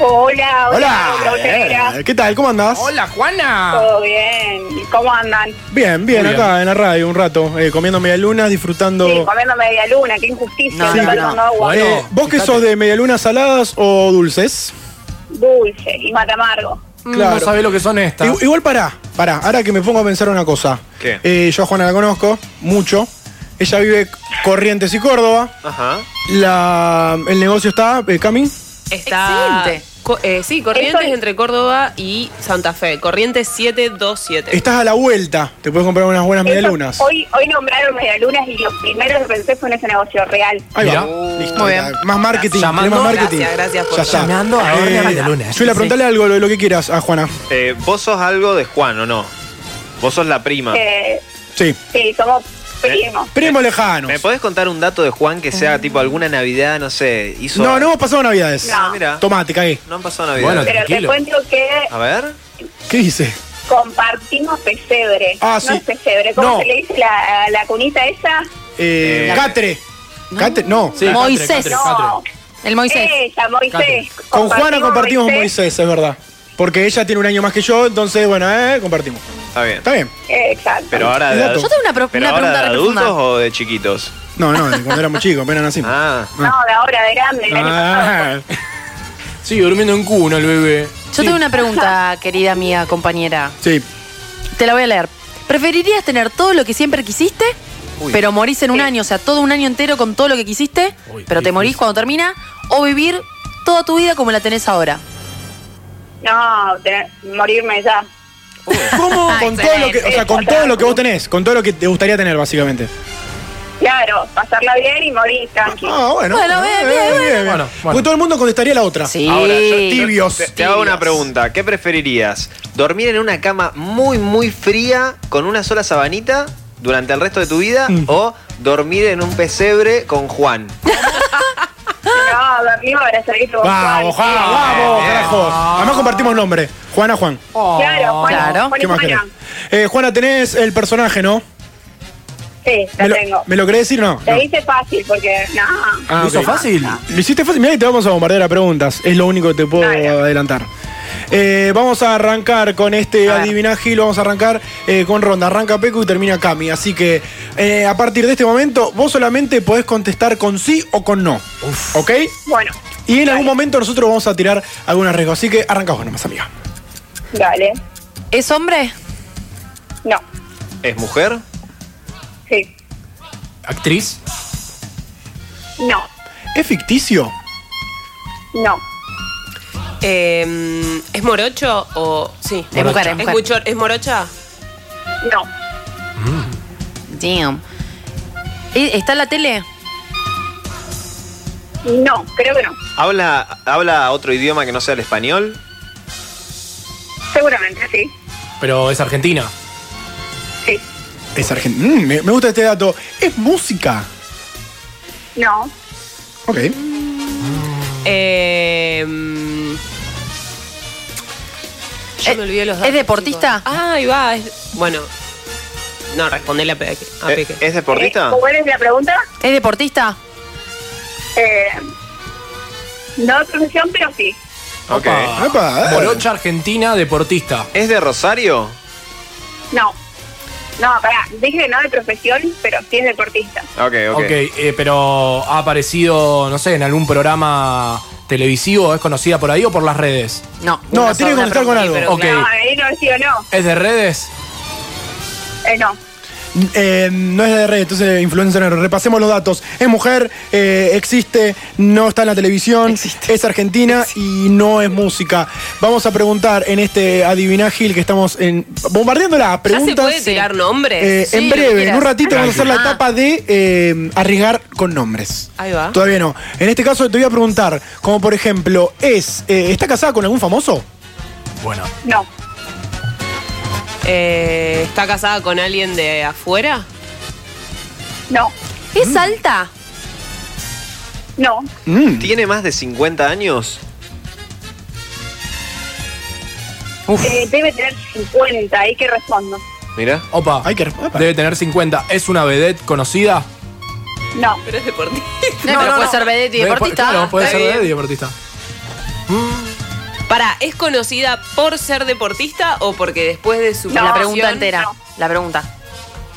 Hola, hola, Hola. Eh, ¿Qué tal? ¿Cómo andás? Hola, Juana. Todo bien. ¿Y ¿Cómo andan? Bien, bien, Muy bien. acá en la radio un rato, eh, comiendo medialunas, disfrutando. Sí, comiendo media luna, qué injusticia. Sí. me está dando agua. Eh, Oh, ¿Vos que sos de medialunas saladas o dulces? Dulce y mate amargo. Claro. Mm, No sabés lo que son estas. Ig- Igual pará, pará, ahora que me pongo a pensar una cosa. ¿Qué? Eh, yo a Juana la conozco mucho. Ella vive Corrientes y Córdoba. Ajá. La, el negocio está, eh, Cami. Está. Co- eh, sí, Corrientes entre Córdoba y Santa Fe. Corrientes 727. Estás a la vuelta. Te puedes comprar unas buenas Eso, medialunas. Hoy, hoy nombraron medialunas y lo primero que pensé fue en ese negocio real. Ahí va. Listo, Muy ya. bien. Más marketing. Llamando- tenés más marketing. Gracias, gracias por ya está. todo. Llamando a Orne Medialunas. Eh, Yo le preguntarle algo, lo, lo que quieras a Juana. Eh, Vos sos algo de Juan, ¿o no? Vos sos la prima. Eh, Sí. sí, somos primos. Primo lejano. ¿Me podés contar un dato de Juan que sea tipo alguna Navidad, no sé, hizo... No, no hemos pasado navidades. No. Ah, mira. Tomate, cagué. No han pasado Navidad. Pero te ¿Eh? cuento que A ver. ¿Qué dice? compartimos pesebre. Ah, No sí. es pesebre. ¿Cómo No. se le dice la, la cunita esa? Eh, Eh, Catre. Catre, no. Sí, Catre, Moisés. Catre, No. El Moisés. Ella, Moisés. Con Juana compartimos Moisés, es verdad. Porque ella tiene un año más que yo, entonces, bueno, eh, compartimos. Está bien. Está bien. Exacto. Pero ahora de Exacto. adultos- Yo tengo una pro- pero una ahora pregunta de re adultos profunda. o de chiquitos. No, no, de cuando éramos chicos, apenas nacimos. Ah. No, de ahora, de grande. el año pasado. Ah. Sí, durmiendo en cuno el bebé. Ah, Yo tengo una pregunta, querida amiga, compañera. Sí. Te la voy a leer. ¿Preferirías tener todo lo que siempre quisiste, pero morís en un año? O sea, todo un año entero con todo lo que quisiste, pero te morís cuando termina, o vivir toda tu vida como la tenés ahora. No, tener- morirme ya. ¿Cómo? Con todo lo que, o sea, con todo lo que vos tenés, con todo lo que te gustaría tener, básicamente. Claro, pasarla bien y morir tranqui. Ah, bueno. bien, bien, bien. Porque todo el mundo contestaría la otra. Ahora, yo- yo tibios. Te, te hago una pregunta. ¿Qué preferirías? ¿Dormir en una cama muy, muy fría con una sola sabanita durante el resto de tu vida? Mm. ¿O dormir en un pesebre con Juan? No, dormimos para salir con Ah. Vamos, Juan. Juan, vamos, carajos. Además compartimos nombre. Juana Juan. Claro, Juana, Claro. Juan y ¿Qué más Juana. querés? Eh, Juana, tenés el personaje, ¿no? Sí, la ¿Me lo, tengo. ¿me lo querés decir? No. Te no. hice fácil porque. No. Ah, ok. ¿Lo hiciste fácil? Mirá que te vamos a bombardear a preguntas. Es lo único que te puedo adelantar. Eh, vamos a arrancar con este A ver. adivinaje y lo vamos a arrancar eh, con ronda. Arranca Peco y termina Cami. Así que eh, a partir de este momento, vos solamente podés contestar con sí o con no. ¿Ok? Bueno, Y en algún momento nosotros vamos a tirar algún riesgo. Así que arrancamos vos nomás, amiga. dale. ¿Es hombre? No, ¿Es mujer? sí, ¿Actriz? no, ¿Es ficticio? no. Eh, ¿Es morocho o.? Sí, Es mujer, es mujer. mucho- ¿Es morocha? No, Damn. ¿E- ¿Está en la tele? no, creo que no. ¿Habla, ¿Habla otro idioma que no sea el español? Seguramente sí. Pero es argentina. Sí. Es argentina. me, me gusta este dato. ¿Es música? No, Ok. Eh, mm, yo me olvidé los datos. ¿Es deportista? Ah, ahí va. es- bueno, no, respondele a, Pe- a Eh, Peque. ¿Es deportista? ¿Cómo eres la pregunta? ¿Es deportista? Eh, no de profesión, pero sí. Ok. Opa. Morocha argentina, deportista. ¿Es de Rosario? No. No, pará, dije que no de profesión, pero sí es deportista. Ok, ok. Ok, eh, pero ha aparecido, no sé, en algún programa televisivo, es conocida por ahí o por las redes. No. No, una tiene que sola contestar con pregunta. algo. Pero- Ok. No, ahí no sí o no. ¿Es de redes? Eh, no, Eh, no es de red, entonces influencer. no. Repasemos los datos. Es mujer, eh, existe, no está en la televisión, es argentina y no es música. Vamos a preguntar en este adivinagil que estamos en, bombardeando las ¿Ya preguntas. se puede tirar nombres? Eh, Sí, en lo que breve, en quieras. un ratito vamos a hacer la Ah, etapa de eh, arriesgar con nombres. Ahí va. Todavía no. En este caso te voy a preguntar, como por ejemplo, es eh, ¿está casada con algún famoso? Bueno. no, Eh, ¿Está casada con alguien de afuera? no, ¿Es alta? no, Mm. ¿Tiene más de 50 años? Eh, debe tener 50, ahí que respondo. Mira. Opa. Debe tener 50. ¿Es una vedette conocida? No, Pero es deportista. No, pero puede ser vedette y Vedette, deportista. Claro, puede Está ser bien. vedette y deportista. Para, ¿es conocida por ser deportista o porque después de su la profesión- pregunta entera. La pregunta.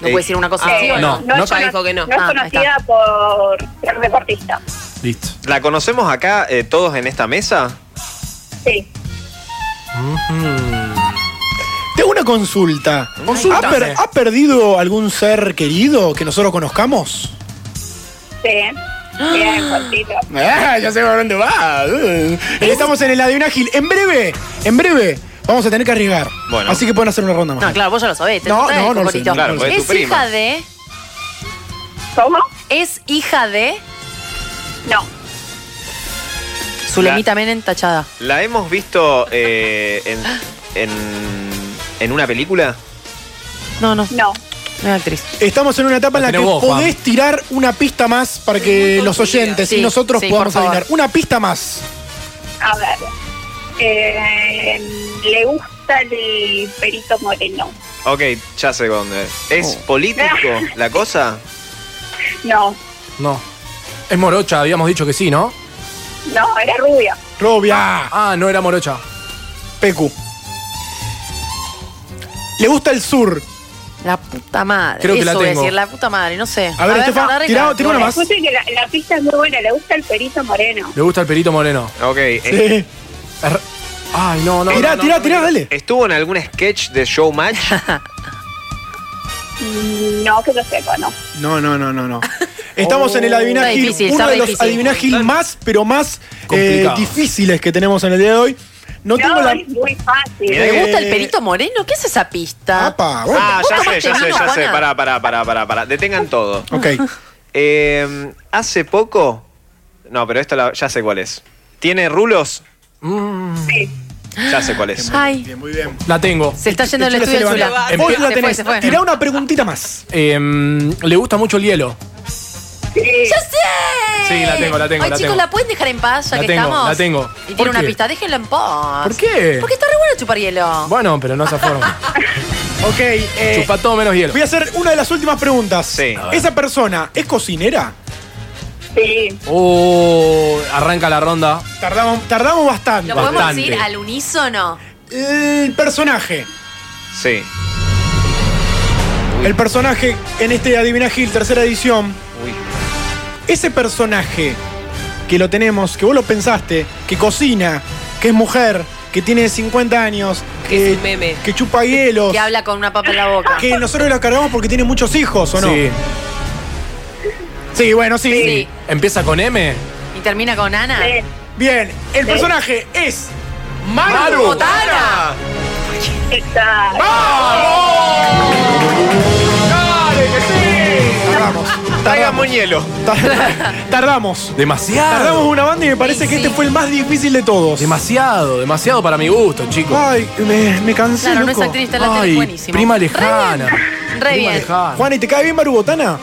No Ey. puede decir una cosa Ah, así o no. no. No, ya dijo que no. no es Ah, ahí conocida por ser deportista. Listo. ¿La conocemos acá eh, todos en esta mesa? Sí, Tengo una consulta. Consulta. ¿Ha, per- ha perdido algún ser querido que nosotros conozcamos? sí. Bien, cortito. Ah, ya sé por dónde va. Uh. Estamos en el adivinagil. En breve, en breve, vamos a tener que arriesgar. Bueno. Así que pueden hacer una ronda más. No, claro, vos ya lo sabés. te No, lo sabés, no, no lo Cocorito. sé, no, Claro, no lo sé. ¿Es tu prima. hija de? ¿Cómo? ¿Es hija de? No, Zulemita Menem tachada. ¿La hemos visto eh, en, en, en una película? No, no, no. no es actriz. Estamos en una etapa en la Lo que tenés vos, Juan. podés tirar una pista más para que los oyentes Sí, y nosotros sí, podamos por favor. adivinar. Una pista más. A ver. Eh, le gusta el perito moreno. Ok, ya sé dónde. es. ¿Es Oh. político la cosa? No, No. Es morocha, habíamos dicho que sí, ¿no? no, era rubia. Robia, Ah, no era morocha. Pecu. Le gusta el sur. La puta madre. Creo que Eso la voy a tengo. decir, la puta madre, no sé. A ver, Estefa, Fernanda, tirá- Ricardo, tirá una ¿vos? más. Escuchen que la, la pista es muy buena, le gusta el perito moreno. Le gusta el perito moreno. Ok. eh, Sí. Es re- Ay, no, no. Tirá, no, no, tirá, no. tirá, dale. ¿Estuvo en algún sketch de Showmatch? Mm, No, que lo sepa, no. No, no, no, no, no. Estamos en el Está adivinagil, difícil, uno está de los difícil. adivinagil más, pero más eh, Complicado. difíciles que tenemos en el día de hoy. No, tengo No, la. eh, es muy fácil. Mirá ¿Te que- gusta el perito moreno? ¿Qué es esa pista? Apa, bueno. Ah, ya ¿Vos sé, ya tomaste sé, vino, ya sé. Juana? Pará, pará, pará, pará, pará. Detengan todo. Ok. Eh, hace poco. No, pero esta la- ya sé cuál es. ¿Tiene rulos? Sí. Ya sé cuál es. Ay, Bien, muy bien. La tengo. se está yendo el Chula estudio Este se de levanta. Zula. Se Vos fue, la se tenés. fue. Tirá una preguntita más. Em, le gusta mucho el hielo. Sí. ¡Ya sé! Sí, la tengo, la tengo, Ay, la chicos, tengo. ¿la pueden dejar en paz ya La que tengo, estamos? la tengo. Y ¿Por tiene una qué? pista, déjenla en paz. ¿Por qué? Porque está re bueno chupar hielo. Bueno, pero no esa forma. Ok. eh, Chupa todo menos hielo. voy a hacer una de las últimas preguntas. Sí. A ver. ¿Esa persona es cocinera? Sí. Oh, arranca la ronda. Tardamos, tardamos bastante. ¿Lo podemos Bastante. decir al unísono? El personaje. Sí. El personaje en este Adivina Gil, tercera edición. Uy. Ese personaje que lo tenemos, que vos lo pensaste, que cocina, que es mujer, que tiene 50 años, que, que chupa hielos, Que habla con una papa en la boca. que nosotros lo cargamos porque tiene muchos hijos, ¿o no? Sí. Sí, bueno, sí. ¿Empieza con M? ¿Y termina con Ana? Bien, el Sí. personaje es Maru, Maru Botana. Exacto. ¡Ah! ¡Dale, que sí! Tardamos. Tardamos. hielo. Tardamos. Demasiado. Tardamos una banda y me parece que este fue el más difícil de todos. Ah. Demasiado, demasiado para mi gusto, chicos. Ay, me, me cansé. Claro, no es loco. actriz, está en la tele, Ay, buenísimo. prima lejana. Re prima bien. lejana. Juan, ¿y te cae bien Maru Botana?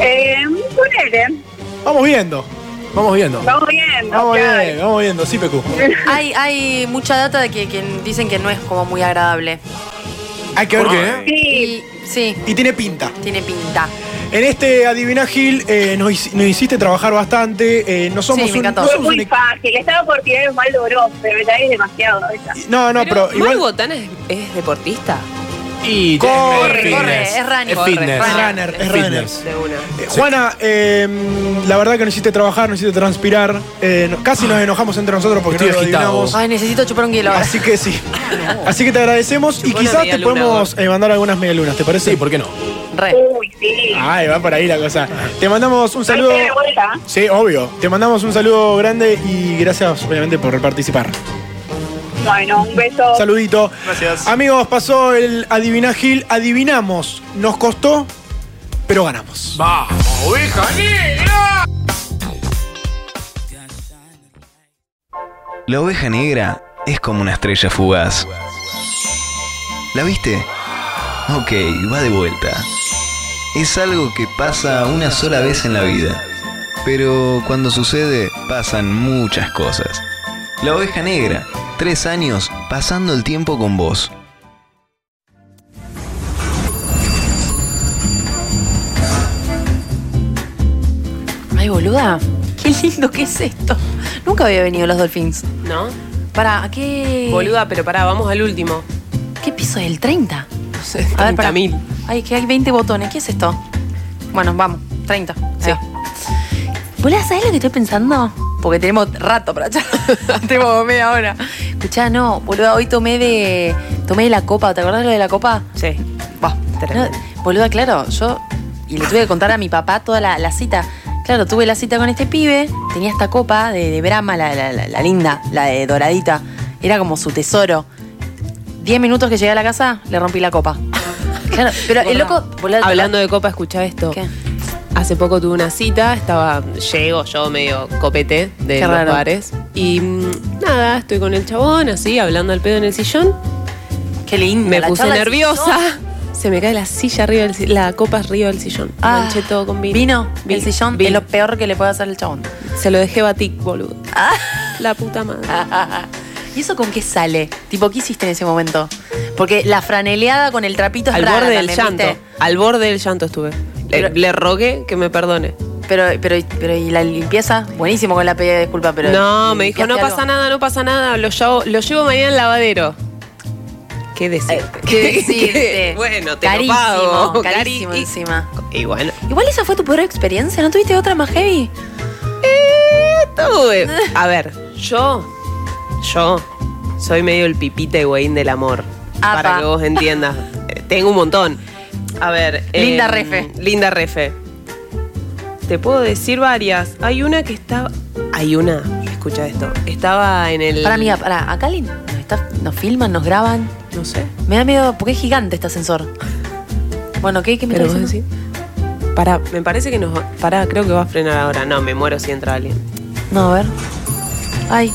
Eh, ponele. Vamos viendo. Vamos viendo. Vamos bien. Vamos bien, vamos viendo, sí, Pecu. Hay, hay mucha data de que, que dicen que no es como muy agradable. Hay que ver ¿Por qué. ¿eh? Sí. sí, Y tiene pinta. tiene pinta. En este Adivina Gil eh, nos, hici- nos hiciste trabajar bastante. eh, no somos un, no Fue somos un muy fácil. Estaba por tirar un mal logró, pero ya es demasiado. esa. No, no, pero, igual. Botana es, es deportista. Y Corre, fitness. corre, es running. Es Corre, fitness. Es runner, es runner. Fitness. De una. Eh, Juana, eh, la verdad que nos hiciste trabajar, nos hiciste transpirar. eh, no- casi nos enojamos entre nosotros porque Estoy no lo agitado. adivinamos. Ay, necesito chupar un hielo. ahora. Así que sí. Así que te agradecemos y Ah, Chupó una quizás media te luna, podemos eh, mandar algunas medialunas, ¿te parece? Sí, ¿por qué no? Re. Uy, sí. Ay, va por ahí la cosa. Te mandamos un saludo. Ahí está de vuelta. Sí, obvio. Te mandamos un saludo grande y gracias, obviamente, por participar. Bueno, un beso. Saludito. Gracias. Amigos, pasó el Adivina Gil. Adivinamos. Nos costó, pero ganamos. Vamos, oveja negra. La oveja negra es como una estrella fugaz. ¿La viste? Ok, va de vuelta. Es algo que pasa una sola vez en la vida. Pero cuando sucede, pasan muchas cosas. La oveja negra, tres años pasando el tiempo con vos. Ay, boluda. Qué lindo que es esto. Nunca había venido los Dolphins. ¿No? Para, ¿a qué? Boluda, pero pará, vamos al último. ¿Qué piso es el 30? No sé, A ver, pará. 30.000. Ay, que hay 20 botones. ¿Qué es esto? Bueno, vamos. 30. Sí. Sí. Boluda, ¿sabes lo que estoy pensando? Porque tenemos rato para allá. tenemos media hora. Escuchá, no, boluda, hoy tomé de. Tomé de la copa. ¿Te acordás lo de la copa? Sí. Bah, tremendo. no, boluda, claro, yo. Y le tuve que contar a mi papá toda la, la cita. Claro, tuve la cita con este pibe, tenía esta copa de, de Brahma, la, la- la- la linda, la de doradita. Era como su tesoro. Diez minutos que llegué a la casa, le rompí la copa. Claro, pero el loco. boluda, Hablando de copa, escucha esto. ¿Qué? Hace poco tuve una cita, estaba, llego yo medio copete de Qué los raro. bares. Y mm, nada, estoy con el chabón, así, hablando al pedo en el sillón. Qué lindo. Me puse nerviosa. Se me cae la silla arriba del si- la copa arriba del sillón. Manché todo con vino. Ah, Vino, el sillón Vino. es lo peor que le puede hacer el chabón. Ah. Se lo dejé batik, boludo. La puta madre. ¿Y eso con qué sale? Tipo, ¿qué hiciste en ese momento? Porque la franeleada con el trapito es Al rara borde del también, llanto. ¿viste? Al borde del llanto estuve. Le, Pero- le rogué que me perdone. Pero, pero, pero, ¿y la limpieza? Buenísimo con la pedida de disculpa, pero. no, me dijo, no pasa nada, no pasa nada. Lo llevo, lo llevo mañana al lavadero. ¿Qué decirte? Eh, ¿Qué decirte? bueno, te carísimo, lo pago. Carísimo Cari- encima. Y, y bueno, Igual esa fue tu peor experiencia, ¿no tuviste otra más heavy? tuve. A ver, yo, yo soy medio el pipita Higuaín del amor. Apa. Para que vos entiendas. Eh, Tengo un montón. A ver. em, Linda refe. Linda refe. Te puedo decir varias. Hay una que estaba. Hay una. Escucha esto. Estaba en el. Para amiga, para, acá Lin- nos, está- nos filman, nos graban. No sé. Me da miedo, porque es gigante este ascensor. Bueno, ¿qué, qué me Pero estás vos diciendo? Pará, me parece que nos. va- Pará, creo que va a frenar ahora. No, me muero si entra alguien. No, a ver. Ay.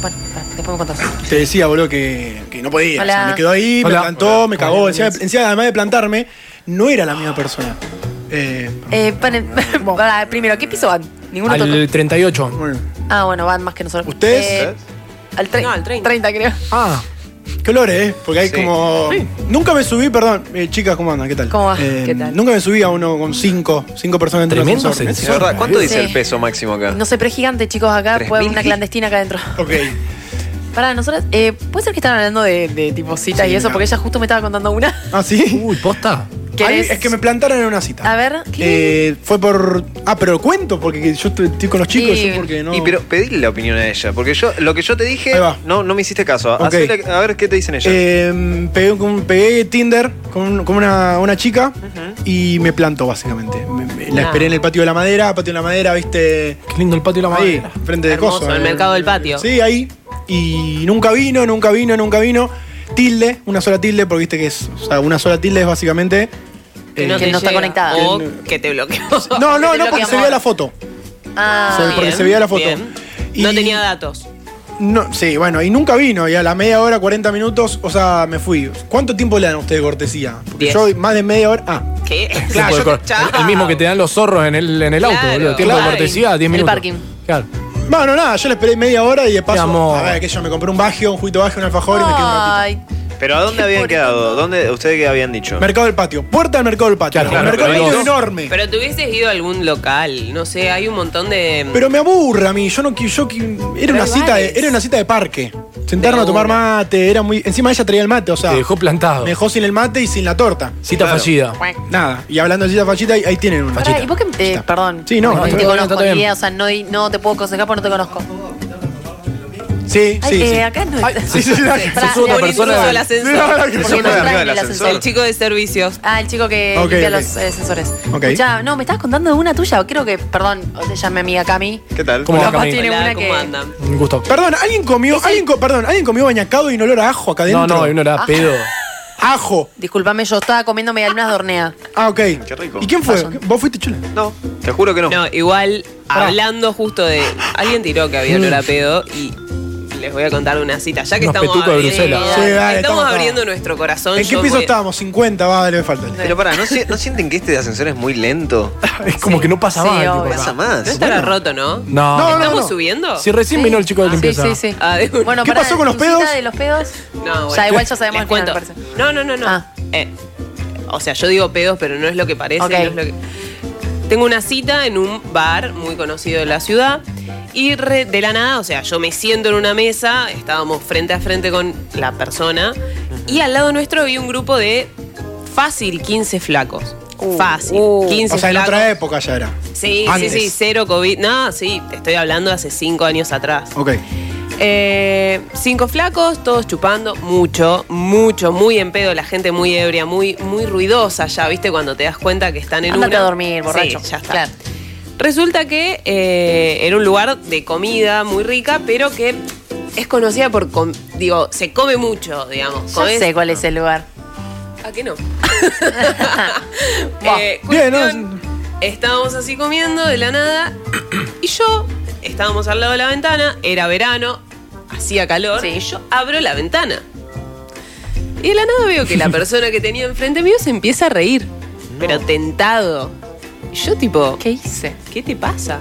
Bueno, pará, después me contás. Te decía, boludo, que, que no podía. O sea, Hola. me quedó ahí, Hola. me plantó, me cagó. Encima, encima, además de plantarme, no era la misma persona. Eh, Eh, para- para, primero, ¿qué piso van? Ninguno tocó. Al 38. bueno. Ah, bueno, van más que nosotros. ¿Ustedes? Eh, al tre- No, al 30. 30, creo. Ah, Qué olor, ¿eh? Porque hay Sí. como. Sí. Nunca me subí, perdón. eh, chicas, ¿cómo andan? ¿Qué tal? ¿Cómo va? Eh, ¿Qué tal? Nunca me subí a uno con cinco, cinco personas en un Tremendo ascensor. Es verdad, ¿cuánto dice Sí. el peso máximo acá? No sé, pero es gigante, chicos, acá puede haber una clandestina acá adentro. Ok. Para nosotras, eh, puede ser que están hablando de, de tipo citas Sí, y eso, mira. porque ella justo me estaba contando una. ¿Ah, sí? Uy, posta. Ahí Uh, ¿Querés? es que me plantaron en una cita. A ver, ¿qué? Eh, fue por. Ah, pero cuento, porque yo estoy estoy con los chicos. Sí. yo porque no. Y pero pedirle la opinión a ella, porque yo lo que yo te dije, Ahí va. no, no me hiciste caso. Ok. Hacele- a ver qué te dicen ellas. Eh, pegué, con- pegué Tinder con, con una, una chica y me plantó, básicamente. Me- me- la Ah. esperé en el patio de la madera, patio de la madera, viste. Qué lindo el patio de la Ahí, frente de Hermoso, cosas. el mercado del patio. Sí, ahí. Y nunca vino, nunca vino, nunca vino. Tilde, una sola tilde, porque viste que es. O sea, una sola tilde es básicamente. eh, que te no está llega, conectada. O que te bloqueó. No, no, Que te no, porque se bloqueamos. veía la foto. Ah, Se- porque bien, se veía la foto. bien. No tenía datos. No, sí, bueno, y nunca vino, y a la media hora, 40 minutos, o sea, me fui. ¿Cuánto tiempo le dan a usted de cortesía? Porque Diez. yo más de media hora. Ah, ¿Qué? Tiempo de cor- el, el mismo que te dan los zorros en el, en el auto, Claro. boludo. Tiempo de Claro. cortesía, 10 El minutos. parking. Claro. bueno, nada, yo le esperé media hora y de paso. amor. A ver, que yo me compré un bagio, un juguito bagio, un alfajor y me quedé un ratito. Ay, Pero ¿a dónde habían quedado? ¿Dónde ustedes qué habían dicho? Mercado del Patio, puerta del Mercado del Patio. Claro, El claro, mercado del pero Patio es no. enorme. Pero te hubieses ido a algún local, no sé, hay un montón de. Pero me aburre a mí, yo no qui- yo qui- era una hay cita de, bares. era una cita de parque. Sentarnos a De tomar una. mate, era muy encima ella traía el mate, o sea, Te dejó plantado. me dejó sin el mate y sin la torta. Cita Claro. fallida. Nada, y hablando de cita fallita, ahí, ahí tienen una. pará, ¿y vos que, eh, perdón. Sí, no, no, no, te no, conozco está ni bien. idea, o sea, no, no te puedo aconsejar porque no te conozco. Sí, Ay, sí, eh, sí. acá no. Sí, sí, sí. Pará, Sos otra Leonid, persona. sos el ascensor. que- Eso fue no arriba del traen el ascensor. ascensor. El chico de servicios. Ah, el chico que Ok, limpia ok. los eh, sensores. Ok. Escuchá, no, me estabas contando de una tuya. Creo que, perdón, o sea, ella es mi amiga Cami. ¿Qué tal? ¿Cómo va, Capaz Cami? tiene Hola, una ¿cómo que- andan? Un gusto. Perdón, alguien comió, alguien co- perdón, alguien comió bañacado y no olor a ajo acá No, adentro. no, hay una hora Ah. pedo. Ajo. Disculpame, yo estaba comiendo medialunas de hornea. Ah, ok. Qué rico. ¿Y quién fue? Razón. ¿Vos fuiste chula? No, te juro que no. No, igual, Pará. hablando justo de. Alguien tiró que había olor a pedo y. Les voy a contar una cita, ya que Unos estamos, petucos de Bruselas. Sí, dale, estamos estamos acá. abriendo nuestro corazón. ¿En qué yo piso voy- estábamos? 50, va, le falta. Pero pará, ¿no, si- no sienten que este de ascensor es muy lento? Es como que no pasa Sí, más. obvio. tipo, Pasa No más. estará roto, ¿no? No. No, no, ¿Estamos subiendo? Si recién vino el chico de Ah, limpieza. Sí, sí, sí. Ah, de una. Bueno, ¿Qué pará, pasó con los tu cita pedos? de los pedos? No, bueno. Ya, igual ya sabemos Les el final, cuento. me parece. No, no, no, no. Ah. Eh, o sea, yo digo pedos, pero no es lo que parece. Ok. no es lo que- Tengo una cita en un bar muy conocido de la ciudad y re- de la nada, o sea, yo me siento en una mesa, estábamos frente a frente con la persona y al lado nuestro vi un grupo de fácil 15 flacos. Uh, Fácil, 15 O sea, en flacos. otra época ya era. Sí, Antes. sí, sí, cero COVID. No, sí, te estoy hablando de hace cinco años atrás. Ok. Eh, cinco flacos, todos chupando mucho, mucho, muy en pedo, la gente muy ebria, muy, muy ruidosa ya, ¿viste? Cuando te das cuenta que están en Andate una. a dormir, borracho. Sí, ya está. Claro. Resulta que eh, era un lugar de comida muy rica, pero que es conocida por. com- digo, se come mucho, digamos. Ya Comes- sé cuál es el lugar. ¿A qué no? Buah. Eh, Bien, ¿no? cuestión, Estábamos así comiendo de la nada y yo estábamos al lado de la ventana, era verano, hacía calor Sí. y yo abro la ventana. Y de la nada veo que la persona que tenía enfrente mío se empieza a reír, pero tentado. Y yo tipo, ¿Qué hice? ¿qué te pasa?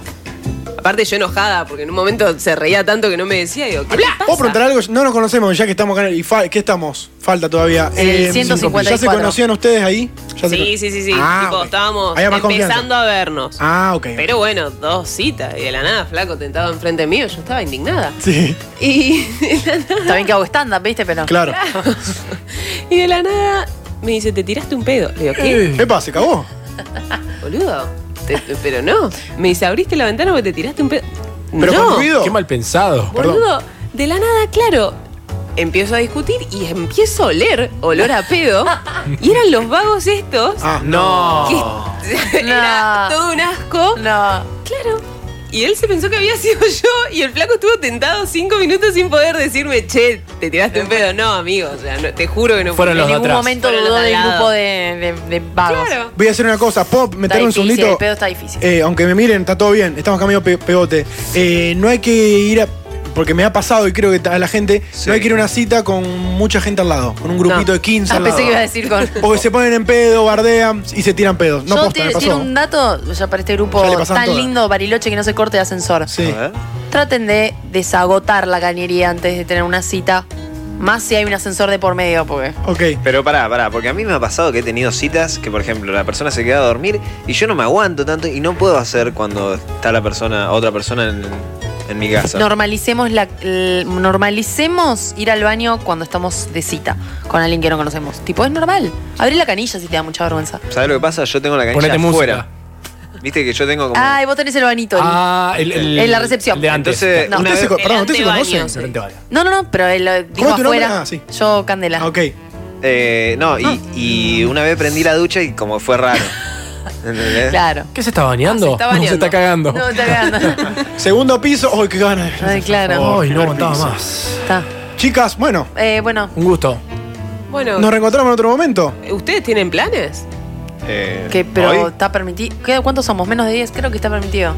Aparte yo enojada porque en un momento se reía tanto que no me decía, digo, ¿qué te pasa? ¿Puedo preguntar algo? No nos conocemos ya que estamos acá en el. y fa- ¿Qué estamos? Falta todavía. Eh, En el 154. ¿Ya se conocían ustedes ahí? Ya se Sí, con- sí, sí, sí. Ah, tipo, ok. estábamos Había más confianza. empezando a vernos. Ah, ok. ok. Pero bueno, dos citas y de la nada, flaco tentado enfrente mío, yo estaba indignada. Sí, Y de la nada, Está bien que hago stand-up, ¿viste? Pero. claro. y de la nada me dice, te tiraste un pedo. Le digo, ¿qué? ¿Qué pasa? ¿Se cagó? Boludo. Te- te- pero no. Me dice, abriste la ventana porque te tiraste un pedo. ¿Pero no, con ruido? Qué mal pensado. boludo. De la nada, claro. Empiezo a discutir y empiezo a oler olor a pedo. y eran los vagos estos. Ah, No. que era No. todo un asco. No. Claro. Y él se pensó que había sido yo y el flaco estuvo tentado cinco minutos sin poder decirme, che, te tiraste un pedo. No, amigo, o sea, no- te juro que no fue. Fueron los en de ningún atrás. momento Pero los dudó de al del lado. grupo de, de, de vagos. Claro. Voy a hacer una cosa. ¿Puedo Está meter un difícil, el segundito? pedo está difícil. Eh, aunque me miren, está todo bien, estamos camino pe- pegote. Eh, no hay que ir a. Porque me ha pasado y creo que a la gente. Sí. No hay que ir a una cita con mucha gente al lado, con un grupito No. de 15 Ah, al pensé lado. que iba a decir con. Porque se ponen en pedo, bardean y se tiran pedos. No Yo posta, te- me pasó. tiro un dato ya para este Ya le grupo pasaron tan todas. lindo, Bariloche, que no se corte de ascensor. Sí. A ver. Traten de desagotar la cañería antes de tener una cita. Más si hay un ascensor de por medio, porque. Ok. Pero pará, pará, porque a mí me ha pasado que he tenido citas que, por ejemplo, la persona se queda a dormir y yo no me aguanto tanto y no puedo hacer cuando está la persona, otra persona en, en mi casa. Normalicemos, la, l- normalicemos ir al baño cuando estamos de cita con alguien que no conocemos. Tipo, es normal. Abrí la canilla si te da mucha vergüenza. ¿Sabes lo que pasa? Yo tengo la canilla Ponete música. afuera. Viste que yo tengo como. Ay, vos tenés el banito. Eli. Ah, el- el- en la recepción. el de antes. Entonces, No. una vez- Ustedes se- perdón, ustedes se El antebaño, conocen. sí. Frente vale. No, no, no, pero él lo dijo ¿Cómo es tu nombre? afuera. Ah, Yo, Candela. Ok. Eh, no, Ah. y, y una vez prendí la ducha y como fue raro. ¿Entendés? Claro. ¿Qué se está bañando? se está No, bañando. está cagando. No, está cagando. Segundo piso. ¡Ay, qué ganas! Ay, claro. Ay, no aguantaba más. Está. Chicas, bueno, Eh, bueno, Un gusto. Bueno, nos reencontramos en otro momento. ¿ustedes tienen planes? Eh, que, pero ¿hoy? está permitido. ¿Cuántos somos? ¿Menos de 10? Creo que está permitido.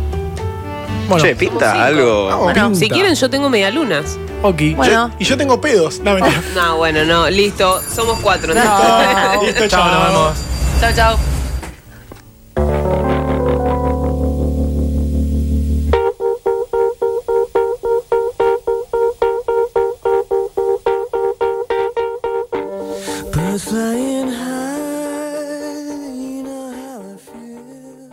che, pinta algo. Oh, bueno, pinta. si quieren, yo tengo medialunas. Ok. Bueno. y yo tengo pedos. No, mentira. No, bueno, no, listo. Somos cuatro. No. Ah. entonces. Listo, chao. nos vemos. Chao, chao. Birds flying high, you know how it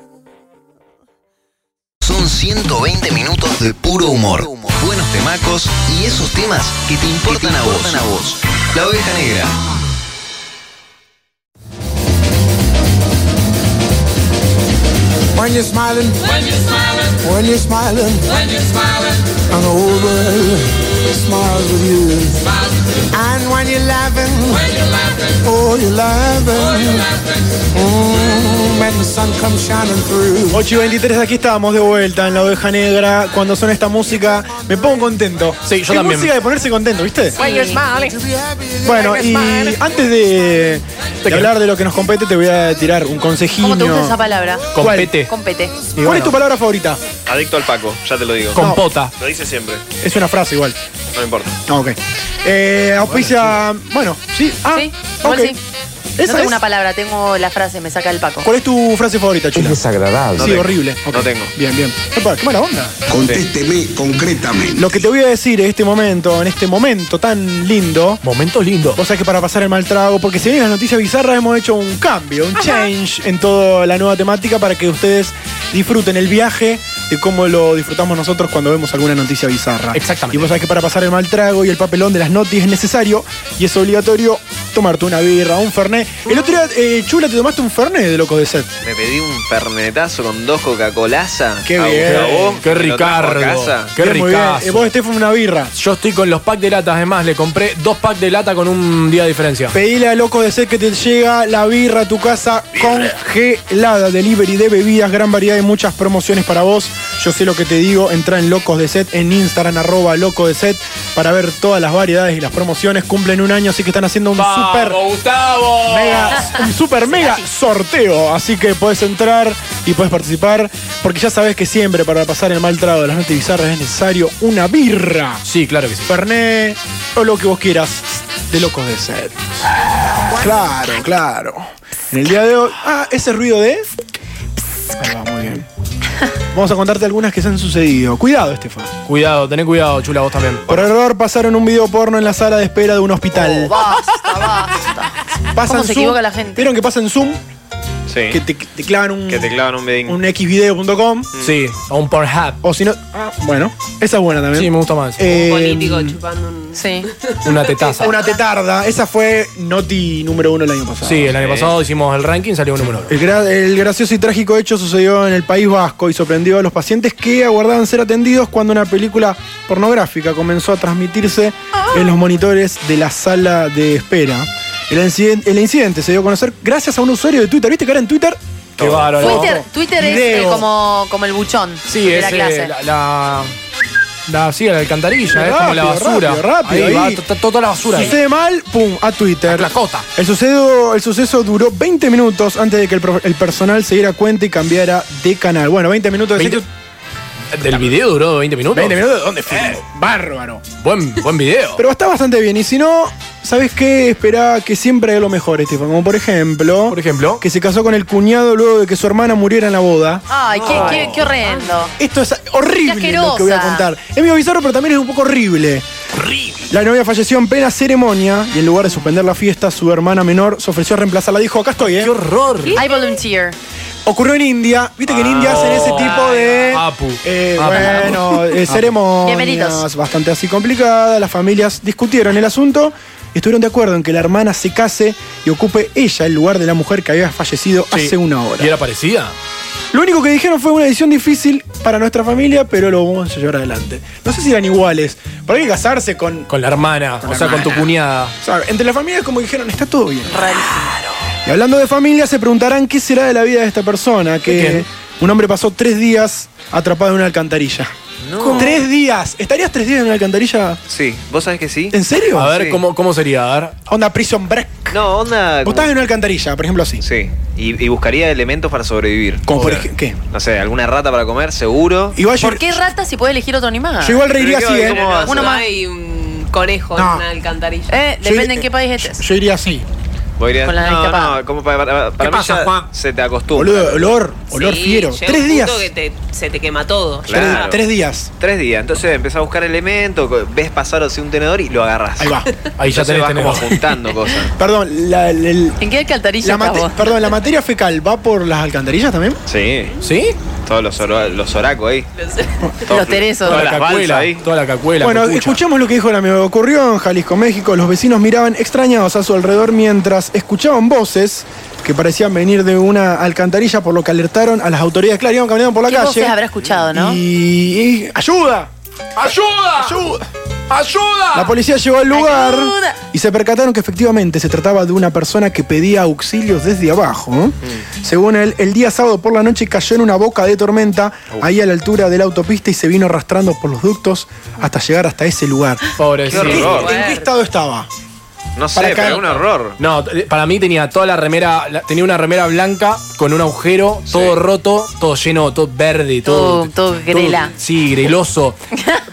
Son 120 minutos de puro humor, buenos temacos y esos temas que te importan, a, vos. La oveja negra. When you're smiling, when you're smiling, when you're smiling, when you're smiling, and the whole world smiles with you. And when you're laughing, when you're laughing, oh you're laughing, oh, you're laughing. Mm, when the sun comes shining through. 8 y 23, aquí estábamos de vuelta en la oveja negra. Cuando suena esta música, me pongo contento. Sí, yo Qué también. música de ponerse contento, ¿viste? eh. To be happy, Bueno, when y you're smiling. antes de, de hablar de lo que nos compete, te voy a tirar un consejillo. ¿Cómo te gusta esa palabra? Compete. Compete. ¿Cuál es tu palabra favorita? Adicto al Paco, ya te lo digo. Compota. Lo dice siempre. Es una frase igual. No me importa. No, Ah, ok. Eh, auspicia. Bueno, sí. Ah, sí, igual ok. sí. ¿Esa no tengo es? una palabra, tengo la frase, me saca el Paco. ¿Cuál es tu frase favorita, Chula? Es desagradable. No Sí, tengo. horrible. Ok. No tengo. Bien, bien. Epa, qué mala onda. Contésteme concretamente. Lo que te voy a decir en este momento, en este momento tan lindo. Momento lindo. O sea que para pasar el mal trago, porque si vienen las noticias bizarras, hemos hecho un cambio, un change en toda la nueva temática para que ustedes disfruten el viaje de cómo lo disfrutamos nosotros cuando vemos alguna noticia bizarra. Exactamente. Y vos sabés que para pasar el mal trago y el papelón de las noticias es necesario y es obligatorio tomarte una birra, un fernet. El otro día, eh, Chula, te tomaste un fernet de locos de set. Me pedí un pernetazo con dos Coca-Colaza. Qué A bien. Gustavo, Qué me lo trajo a ricardo. casa. Qué Bien, muy bien. Eh, ricazo. vos, Estefan, una birra. Yo estoy con los packs de latas, además le compré dos packs de lata con un día de diferencia. Pedile a Loco de Set que te llega la birra a tu casa congelada. Delivery de bebidas, gran variedad y muchas promociones para vos. Yo sé lo que te digo, entra en Locos de Set, en Instagram, arroba Loco de Set, para ver todas las variedades y las promociones. Cumplen un año, así que están haciendo un ¡Vamos, super Gustavo! mega, un super mega sorteo. Así que podés entrar y podés participar, porque ya sabés que siempre para pasar el mal trago de las noches bizarras es necesario una birra. Sí, claro que sí. Fernet o lo que vos quieras de Locos de Set. Claro, claro. En el día de hoy. Ah, ese ruido de. Ahí va, muy bien. Vamos a contarte algunas que se han sucedido. Cuidado, Estefan. Cuidado, tené cuidado, chula, vos también. Por error pasaron un video porno en la sala de espera de un hospital. Oh, Basta, basta. Pasan ¿Cómo se Zoom. equivoca la gente? Vieron que pasa en Zoom, Sí. que te, te clavan un, Que te clavan un bedín. un xvideo.com. Sí, a un Pornhub. O si no. ah, bueno, esa es buena también. Sí, me gusta más. Eh, Político chupando un. Sí. Una tetaza. Una tetarda. Esa fue Noti número uno el año pasado. Sí, el año pasado hicimos el ranking, salió un número uno. El, gra- el gracioso y trágico hecho sucedió en el País Vasco y sorprendió a los pacientes que aguardaban ser atendidos cuando una película pornográfica comenzó a transmitirse en los monitores de la sala de espera. El, inciden- el incidente se dio a conocer gracias a un usuario de Twitter. ¿Viste que ahora en Twitter? Qué bárbaro. Twitter, Twitter es eh, Video. como, como el buchón Sí, de es la eh, clase. la, la, la- sí, la alcantarilla, es como la Rápido, basura. rápido, rápido, ahí, va ahí. to- to- toda la basura. ahí. Sucede mal, pum, a Twitter. La cota. El suceso, el suceso duró 20 minutos antes de que el, pro- el personal se diera cuenta y cambiara de canal. Bueno, 20 minutos de 20, sitio- ¿El video duró 20 minutos? Eh, 20 minutos, ¿dónde fue? bárbaro. Buen, buen video. Pero está bastante bien. Y si no, ¿sabes qué? Espera que siempre hay lo mejor, Estefan. Como por ejemplo. Por ejemplo. Que se casó con el cuñado luego de que su hermana muriera en la boda. Ay, qué, qué- qué horrendo. Esto es horrible Qué lo que voy a asquerosa. contar. Es medio bizarro, pero también es un poco horrible. Horrible. La novia falleció en plena ceremonia y en lugar de suspender la fiesta, su hermana menor se ofreció a reemplazarla. Dijo, acá estoy, ¿eh? ¡Qué horror! I volunteer. Ocurrió en India. Viste que en India hacen ese tipo de... Eh, Apu. bueno, eh, Apu. ceremonias Bienvenidos. bastante así complicadas. Las familias discutieron el asunto y estuvieron de acuerdo en que la hermana se case y ocupe ella el lugar de la mujer que había fallecido hace una hora. ¿Y era parecida? Lo único que dijeron fue una decisión difícil para nuestra familia, pero lo vamos a llevar adelante. No sé si eran iguales. Por ahí casarse con. Con la hermana, Con o la sea, con tu hermana. cuñada. o sea, entre las familias como dijeron, está todo bien. Y hablando de familia, se preguntarán qué será de la vida de esta persona, que quién? un hombre pasó tres días atrapado en una alcantarilla. Tres días. ¿Estarías tres días en una alcantarilla? Sí, vos sabés que sí. ¿En serio? A ver, Sí. ¿cómo, ¿cómo sería? A ver. Onda prison break. No, onda. Vos estás en una alcantarilla, por ejemplo, así. Sí. Y, y buscaría elementos para sobrevivir. Como por Obvio. ej- ¿qué? No sé, alguna rata para comer, seguro. Igual ¿Por qué rata si puede elegir otro animal? Yo igual reiría así, ¿eh? ¿Cómo vas? Uno más. Hay un conejo No. en una alcantarilla. Eh, Yo depende ir- en qué país estés. Yo iría así. Voy a ir a- Con la no, discapacidad. no, como para, para- para ¿Qué mí pasa, ya Juan? se te acostumbra. Boludo, olor, olor Sí, fiero. llega Tres un días. punto que te- se te quema todo. Claro. Tres, tres días. Tres días. Entonces empezás a buscar elementos, co- ves pasar hacia un tenedor y lo agarrás. Ahí va. Ahí ya Entonces tenés vas como tenedor. juntando cosas. Perdón, la, la- el- ¿En qué alcantarilla la estás mate- vos? perdón, ¿la materia fecal va por las alcantarillas también? Sí. ¿Sí? Todos los, oro- los oracos ahí. Todos- Los teresos. Todas Toda la las balsas cacuela, ahí. toda la cacuela. Bueno, cucucha. escuchemos lo que dijo el amigo. Ocurrió en Jalisco, México. Los vecinos miraban extrañados a su alrededor mientras escuchaban voces que parecían venir de una alcantarilla, por lo que alertaron a las autoridades. Claro, iban caminando por la ¿Qué calle. voces habrá escuchado, no? Ah. Y, y- ¡Ayuda! ¡Ayuda! ¡Ayuda! ¡Ayuda! La policía llegó al lugar Ayuda. y se percataron que efectivamente se trataba de una persona que pedía auxilios desde abajo. Mm. Según él, el día sábado por la noche cayó en una boca de tormenta Oh. ahí a la altura de la autopista y se vino arrastrando por los ductos hasta llegar hasta ese lugar. Pobrecito. Qué horror. ¿En qué estado estaba? No sé, Para acá. pero un horror. No, t- para mí tenía toda la remera, la- tenía una remera blanca con un agujero, todo roto, todo lleno, todo verde, todo. Todo- todo grela. sí, greloso.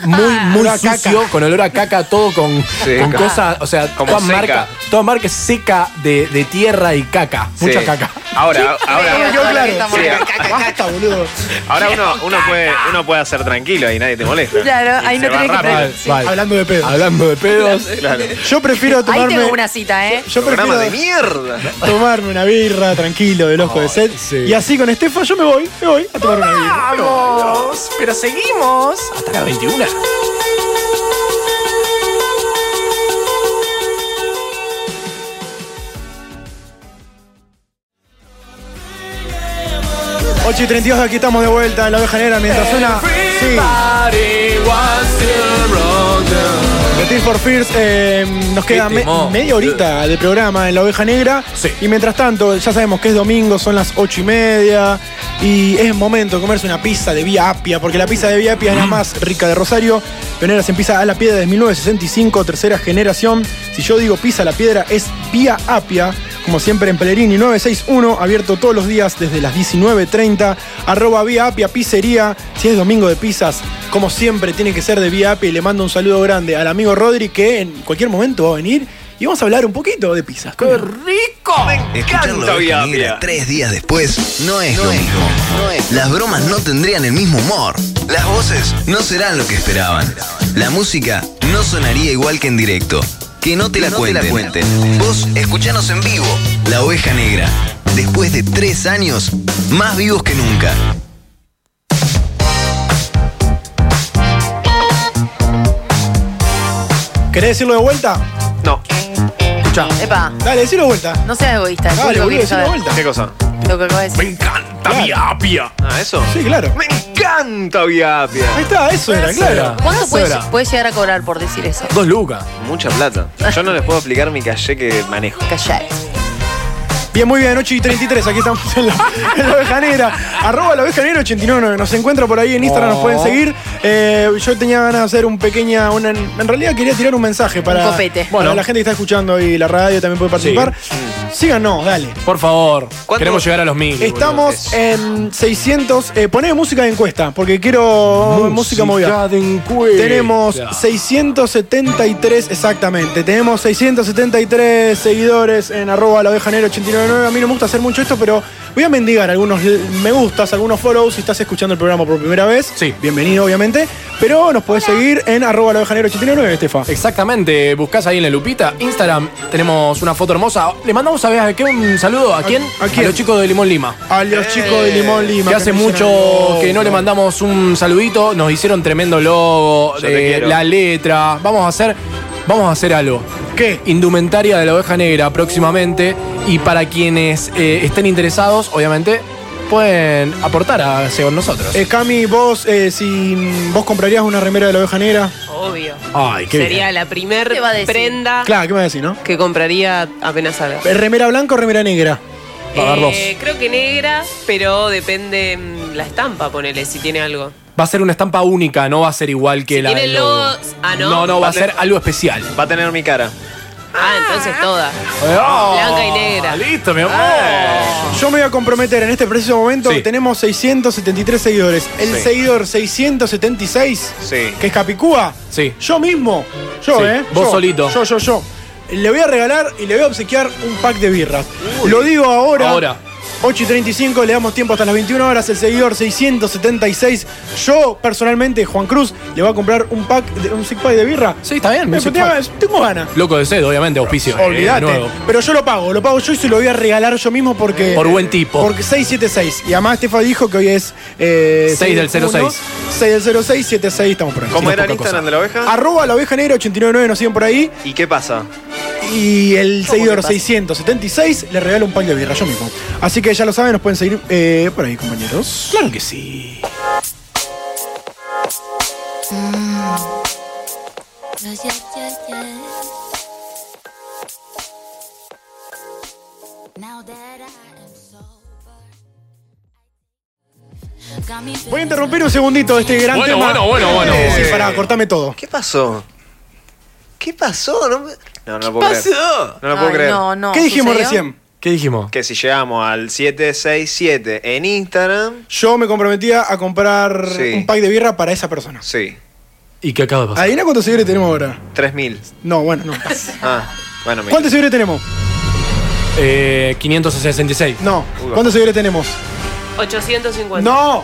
Muy, muy sucio, con olor a caca, todo con, Sí, con ca- cosas, o sea, Como toda seca. marca, toda marca seca de, de tierra y caca. Mucha Sí. caca. Ahora, ahora. me quedó claro. Sí, Basta, boludo. Ahora uno, uno, puede, uno puede hacer tranquilo y nadie te molesta. Claro, ahí Se no va tenés que rápido. pre- Vale. Hablando de Ah. pedo. Hablando de pedos. Claro. Yo prefiero Ahí tomarme, tengo una cita, ¿eh? yo Programa de prefiero mierda. tomarme una birra tranquilo del ojo de set. sí. Y así con Estefa yo me voy, me voy a tomar una birra. Vamos, pero seguimos. Hasta las 21. Ocho y 32, aquí estamos de vuelta en la oveja negra mientras suena. Sí. The Tears for Fears, eh, nos queda me- temón. media horita de programa en la oveja negra. Sí. Y mientras tanto, ya sabemos que es domingo, son las ocho y media. Y es momento de comerse una pizza de Vía Apia, porque la pizza de Vía Apia es la más rica de Rosario. Pioneras en pizza a la piedra desde 1965, tercera generación. Si yo digo pizza a la piedra, es Vía Apia. Como siempre en Pelerini 961, abierto todos los días desde las 19.30. Arroba Vía Apia Pizzería. Si es domingo de pizzas, como siempre, tiene que ser de Vía Apia. Y le mando un saludo grande al amigo Rodri, que en cualquier momento va a venir. Y vamos a hablar un poquito de pizzas. ¿Cómo no? ¡Rico! Escuchar la Canta, oveja Vía negra Apia. tres días después no es lo mismo. Las bromas no tendrían el mismo humor. Las voces no serán lo que esperaban. La música no sonaría igual que en directo. Que no te la cuenten. Vos escuchanos en vivo. La oveja negra. Después de tres años, más vivos que nunca. ¿Querés decirlo de vuelta? No, Escucha. Epa, Dale, decirlo de vuelta. no seas egoísta. el Dale, público boludo, quiere decirlo de saber vuelta. ¿qué cosa? Lo que acabo de decir. encanta Claro. mi apia. Ah, eso. Sí, claro. Me encanta Vía Apia. Ahí está, eso era, claro. ¿Cuánto Eso puedes, era. puedes llegar a cobrar por decir eso? Dos lucas. Mucha plata. Yo no les puedo explicar mi calle que manejo. Callate. Bien, muy bien, 8 y 33, aquí estamos en la, en la oveja negra. Arroba la oveja negra 89, nos encuentra por ahí en Instagram, nos pueden seguir. Eh, yo tenía ganas de hacer un pequeña, una- en realidad quería tirar un mensaje para, copete. para Bueno. la gente que está escuchando y la radio también puede participar. Síganos, dale. Por favor, queremos llegar a los mil. boludo. Estamos en 600. Eh, poné música de encuesta, porque quiero música, movida. Tenemos 673, exactamente. Tenemos 673 seguidores en arroba la oveja negra 899. A mí no me gusta hacer mucho esto, pero voy a mendigar algunos l- me gustas, algunos follows. Si estás escuchando el programa por primera vez, sí. bienvenido, obviamente. Pero nos podés seguir en arroba la oveja negra 899, Estefa. Exactamente, buscás ahí en la lupita, Instagram, tenemos una foto hermosa. Le mandamos a ver, ¿qué? un saludo a quién? a quién? los chicos de Limón Lima. A los chicos de Limón Lima. Eh, Que hace nos hicieron mucho el que no logo. le mandamos un saludito, nos hicieron tremendo logo, Yo te eh, quiero. la letra. Vamos a hacer, vamos a hacer algo. ¿Qué? Indumentaria de la oveja negra próximamente. Y para quienes eh, estén interesados, obviamente, pueden aportar a con nosotros. Eh, Cami, vos, eh, si mm, vos comprarías una remera de la oveja negra. Obvio. Ay, qué Sería la primer prenda Claro, ¿qué me decís, no? que compraría apenas salga. Eh, ¿Remera blanca o remera negra? Eh, creo que negra, pero depende mm, la estampa, ponele, si tiene algo. Va a ser una estampa única, no va a ser igual que la tiene del el logo. Ah, no. No, no, va a Vale. ser algo especial. Va a tener mi cara. Ah, entonces toda. ¡Oh! Ah. Blanca y negra. Listo, mi amor. Eh. Yo me voy a comprometer en este preciso momento. Tenemos 673 seguidores. El Sí. seguidor 676, Sí. que es Capicúa. Sí. Yo mismo. Yo, Sí, ¿eh? vos Yo, solito. Yo, yo, yo. Le voy a regalar y le voy a obsequiar un pack de birras. Lo digo ahora. Ahora. 8 y 35, le damos tiempo hasta las 21 horas. El seguidor 676. Yo, personalmente, Juan Cruz, le voy a comprar un pack, de, un six pack de birra. Eh, Sí, está bien. Me, un six tengo- pack. tengo ganas. Loco de sed, obviamente, auspicio. eh, Olvídate. de nuevo. Pero yo lo pago, lo pago yo y se lo voy a regalar yo mismo porque. Por buen tipo. Porque 676. Y además Estefa dijo que hoy es. Eh, 6 del 06. 6 del 06, 76, estamos por ahí. ¿Cómo Sí, era el poca cosa. Instagram de la oveja? Arroba la oveja negra 899, nos siguen por ahí. ¿Y qué pasa? Y el seguidor pasa? 676 le regalo un pan de birra yo mismo. Así que ya lo saben, nos pueden seguir eh, por ahí, compañeros. Claro que sí. Voy a interrumpir un segundito este gran Bueno, tema. bueno, bueno, bueno. Eh, sí, Eh. pará, cortame todo. ¿Qué pasó? ¿Qué pasó? No, me- no, no lo puedo pasó? creer. No lo puedo Ay, creer. no, no. ¿Qué dijimos ¿Sucedió? recién? ¿Qué dijimos? Que si llegamos al 767 en Instagram. Yo me comprometía a comprar Sí. un pack de birra para esa persona. Sí. ¿Y qué acaba de pasar? Adivina cuántos seguidores tenemos ahora. 3000. No, bueno, no. Ah, bueno, me. ¿Cuántos seguidores tenemos? Eh, 566. No. ¿Cuántos seguidores tenemos? 850. No.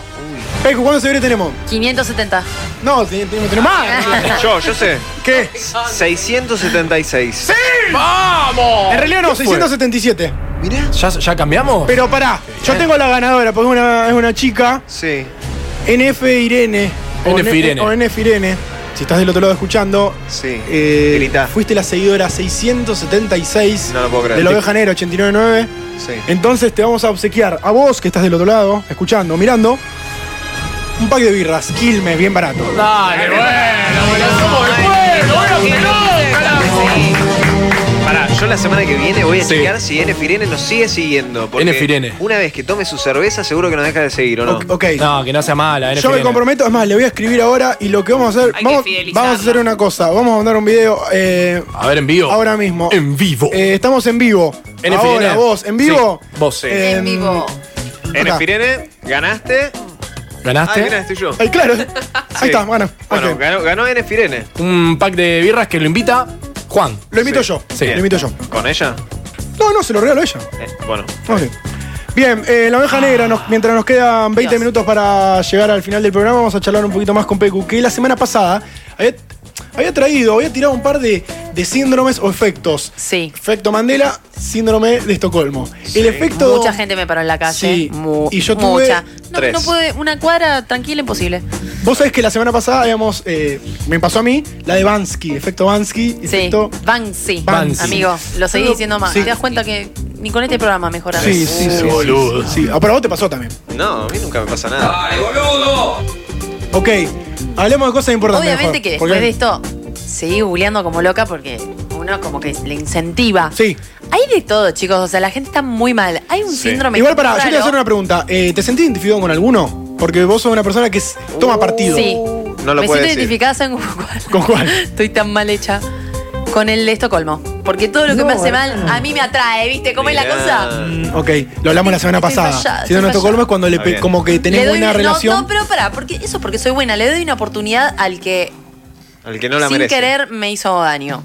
Pecu, ¿cuántos seguidores tenemos? 570. No, te- te- tenemos Ah. más. Yo, yo sé. ¿Qué? 676. ¡Sí! ¡Vamos! En realidad no, 677. Mirá. ¿Ya, ya cambiamos? Pero pará, yo tengo la ganadora, porque es una, es una chica. Sí. NF Irene. o NF ne- Irene. O NF Irene. Si estás del otro lado escuchando. Sí. eh, Gritá. fuiste la seguidora 676 No lo puedo creer. de la Oveja Negra 899. Sí. Entonces te vamos a obsequiar a vos que estás del otro lado, escuchando, mirando, un pack de birras, Quilmes, bien barato. Dale, bueno, bueno, somos el pueblo, bueno que no, carajo. Pará, yo la semana que viene voy a Sí. chequear si N Firene nos sigue siguiendo. Porque N. Firene. Una vez que tome su cerveza, seguro que nos deja de seguir, ¿o no? Ok. No, que no sea mala, Yo me comprometo, es más, le voy a escribir ahora y lo que vamos a hacer, Hay que vamos, fidelizarla. vamos a hacer una cosa, vamos a mandar un video eh, A ver, en vivo. ahora mismo. En vivo. Eh, estamos en vivo. NFN. Ahora, vos, en vivo. Sí, vos. Eh, En vivo. N Acá. Firene, ganaste. ¿Ganaste? Ah, mira, estoy yo. Ay, claro. Ahí está, bueno. Bueno, ganó, ganó N Firene. Un pack de birras que lo invita Juan. Lo invito Sí. yo. Sí. Lo invito yo. ¿Con ella? No, no, se lo regalo a ella. Eh, bueno. Ok. Bien, eh, la oveja negra, nos- mientras nos quedan 20 minutos para llegar al final del programa, vamos a charlar un poquito más con Pecu, que la semana pasada había, había traído, había tirado un par de, de síndromes o efectos. Sí. Efecto Mandela, síndrome de Estocolmo. El efecto... Mucha gente me paró en la calle. Sí, y yo tuve Mucha. No, tres. no pude. Una cuadra tranquila, imposible. Vos sabés que la semana pasada habíamos, eh, me pasó a mí, la de Bansky, efecto Bansky, efecto... Banksy. Banksy. Amigo, lo seguís Pero- diciendo más. sí. Te das cuenta que ni con este programa mejoras. Sí, sí, sí, sí, boludo. Sí, Ah, pero a vos te pasó también. No, a mí nunca me pasa nada. Ok, hablemos de cosas importantes. Obviamente mejor, que porque- después de esto seguí googleando como loca porque uno como que le incentiva. Sí. Hay de todo, chicos. O sea, la gente está muy mal. Hay un síndrome. Igual para, yo te raro. voy a hacer una pregunta. Eh, ¿Te sentís identificado con alguno? Porque vos sos una persona que s- toma partido. Uh, Sí. No lo Me puedo decir. siento identificada, ¿saben con cuál? ¿Con cuál? Estoy tan mal hecha. Con el de Estocolmo. Porque todo lo que No, me hace mal hermano. a mí me atrae, ¿viste? ¿Cómo es la cosa? Mm, ok, lo hablamos la semana Estoy pasada. fallada, si no, estoy Estocolmo es cuando le Está pe- bien. como que tenés Le doy buena una- no, relación. No, pero pará, porque eso es porque soy buena. Le doy una oportunidad al que Al que no la sin merece. querer me hizo daño.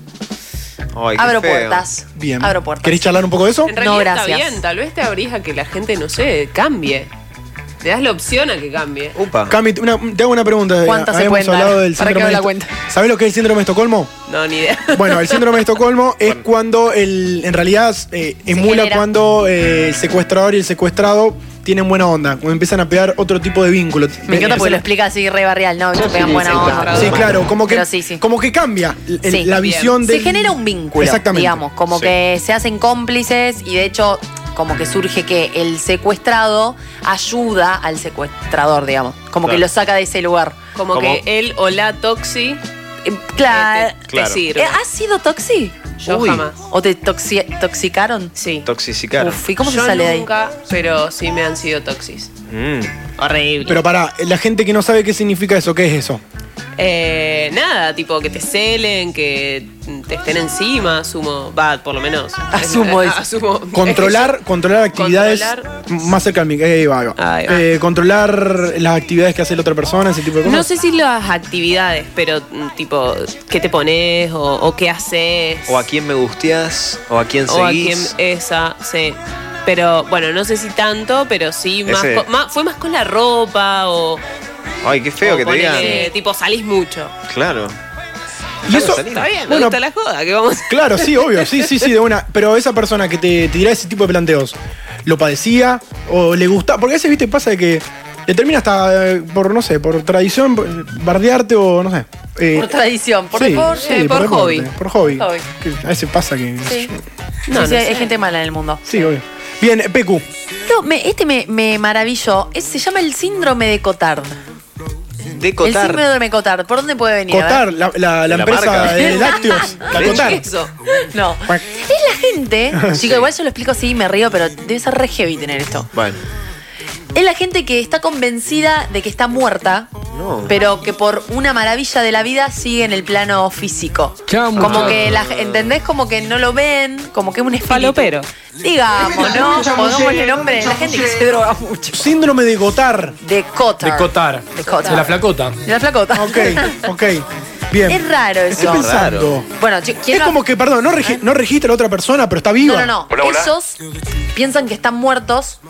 Ay, qué Abro feo. puertas. Bien. Abro puertas. ¿Querés charlar un poco de eso? En realidad No, está gracias. bien, tal vez te abrís a que la gente, no sé, cambie. Te das la opción a que cambie. Cami, una- te hago una pregunta. Eh, ¿Cuánto se Habíamos pueden dar? hablado del Para que síndrome. me la de- cuente. ¿Sabés lo que es el síndrome de Estocolmo? No, ni idea. Bueno, el síndrome de Estocolmo es cuando el, en realidad eh, emula genera. cuando eh, el secuestrador y el secuestrado tienen buena onda, cuando empiezan a pegar otro tipo de vínculo. Me encanta porque Empiezan- lo explica así re barrial, ¿no? Que te pegan buena onda. Sí, claro, como que, Pero sí, sí. como que cambia el- el- Sí. la visión de. Se genera un vínculo, Exactamente. digamos, como Sí. que se hacen cómplices y de hecho como que surge que el secuestrado ayuda al secuestrador, digamos, como Claro. que lo saca de ese lugar. Como que él o la toxi Claro. Ah, te Claro. sirve. Eh, ¿Has sido toxi? Yo jamás. ¿O te toxi- toxicaron? Sí. Toxificar. Uf, ¿y cómo se Yo sale de ahí? nunca, pero sí me han sido toxis. Mm. Horrible. Pero para la gente que no sabe qué significa eso, ¿qué es eso? Eh, nada, tipo que te celen, que te estén encima, asumo. Va, por lo menos. Asumo eso. asumo. Controlar, controlar actividades Controlar. más cerca al micro. Ahí va, ahí va. Eh, controlar las actividades que hace la otra persona, ese tipo de cosas. No sé si las actividades, pero mm, tipo, ¿qué te pones o, o qué haces? O a quién me gusteás, o a quién O a seguís. quién esa, sí. Pero bueno, no sé si tanto, pero sí, más Ese- co- más- fue más con la ropa o, Ay, qué feo o que te digan. ponele, tipo salís mucho. Claro. Y eso, Está bien, me bueno, gusta la joda que vamos. Claro, sí, obvio, sí, sí, sí, de una. Pero esa persona que te tira ese tipo de planteos, ¿lo padecía o le gusta? Porque a veces, viste, pasa de que le termina hasta eh, por, no sé, por tradición, por bardearte o no sé. eh, Por tradición, por sí, por- sí, eh, por deporte, hobby. Por hobby. Hobby. Que a veces pasa que. Sí. No, No, no sé. Hay gente mala en el mundo. Sí, obvio. Bien, eh, Pecu. No, me- este me, me maravilló. Es- se llama el síndrome de Cotard. De El síndrome de Cotard. ¿Por dónde puede venir? A ver. Cotar, la, la- la La empresa marca. de lácteos. La Leche. Cotar. Eso. No. Es la gente. Chico, igual yo lo explico así y me río, pero debe ser re heavy tener esto. Bueno. Es la gente que está convencida de que está muerta, No. pero que por una maravilla de la vida sigue en el plano físico. Como que, la, ¿entendés? Como que no lo ven, como que es un espíritu. Falopero. Digamos, ¿no? Mucha Pongámosle mujer, nombre mucha la gente que mujer. se droga mucho. Síndrome de Cotar. De Cotar. De Cotar. De Cotar. la flacota. De la flacota. Ok, ok. Bien. Es raro Estoy eso. pensando. Bueno, chi- ¿quién Es no- como que, perdón, no, regi- no registra a la otra persona, pero está viva. No, no, no. Esos piensan que están muertos.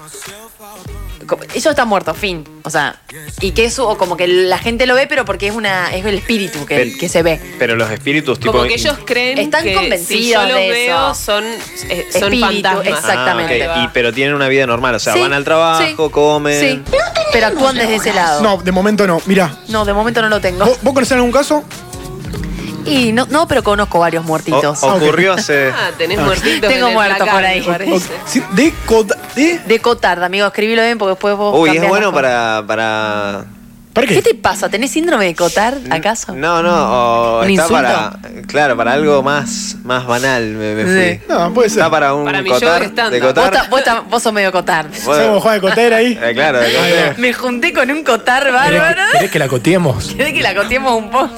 Como- Ellos están muertos, fin. O sea, y que eso, o como que la gente lo ve, pero porque es una es el espíritu que, Pero- que se ve. Pero los espíritus, tipo. Como que ellos creen Están que si yo convencidos los de veo eso. son, eh, son Espíritu, fantasmas. Ah, exactamente. ok. Y- pero tienen una vida normal, o sea, Sí, van al trabajo, sí. comen. Sí, pero actúan desde ese lado. No. No, de momento no. Mirá. de momento no lo tengo. ¿Vos, vos conocés algún caso? Y no, no, pero conozco varios muertitos. O- ocurrió hace. Ah, tenés Ah. muertitos Tengo en el muerto placar, por me ahí. parece. Sí, de Cotar. De... De Cotard, amigo, escribilo bien porque después vos. Uy, es cambiás bueno las cosas. para. para... ¿Para ¿Qué te pasa? ¿Tenés síndrome de Cotard, acaso? Mm. No, no, o ¿Un está insulto? para. Claro, para algo más, más banal, me, me fui. Sí. No, puede ser. Está para un Para mi cotar, yo estándar. de Vos, cotar. ta- vos ta- vos sos medio Cotard. Bueno, ¿Sabes cómo juega de Cotar ahí? eh, claro, de cotar. Me junté con un Cotard bárbaro. ¿Querés que la coteemos? ¿Querés que la coteemos un poco?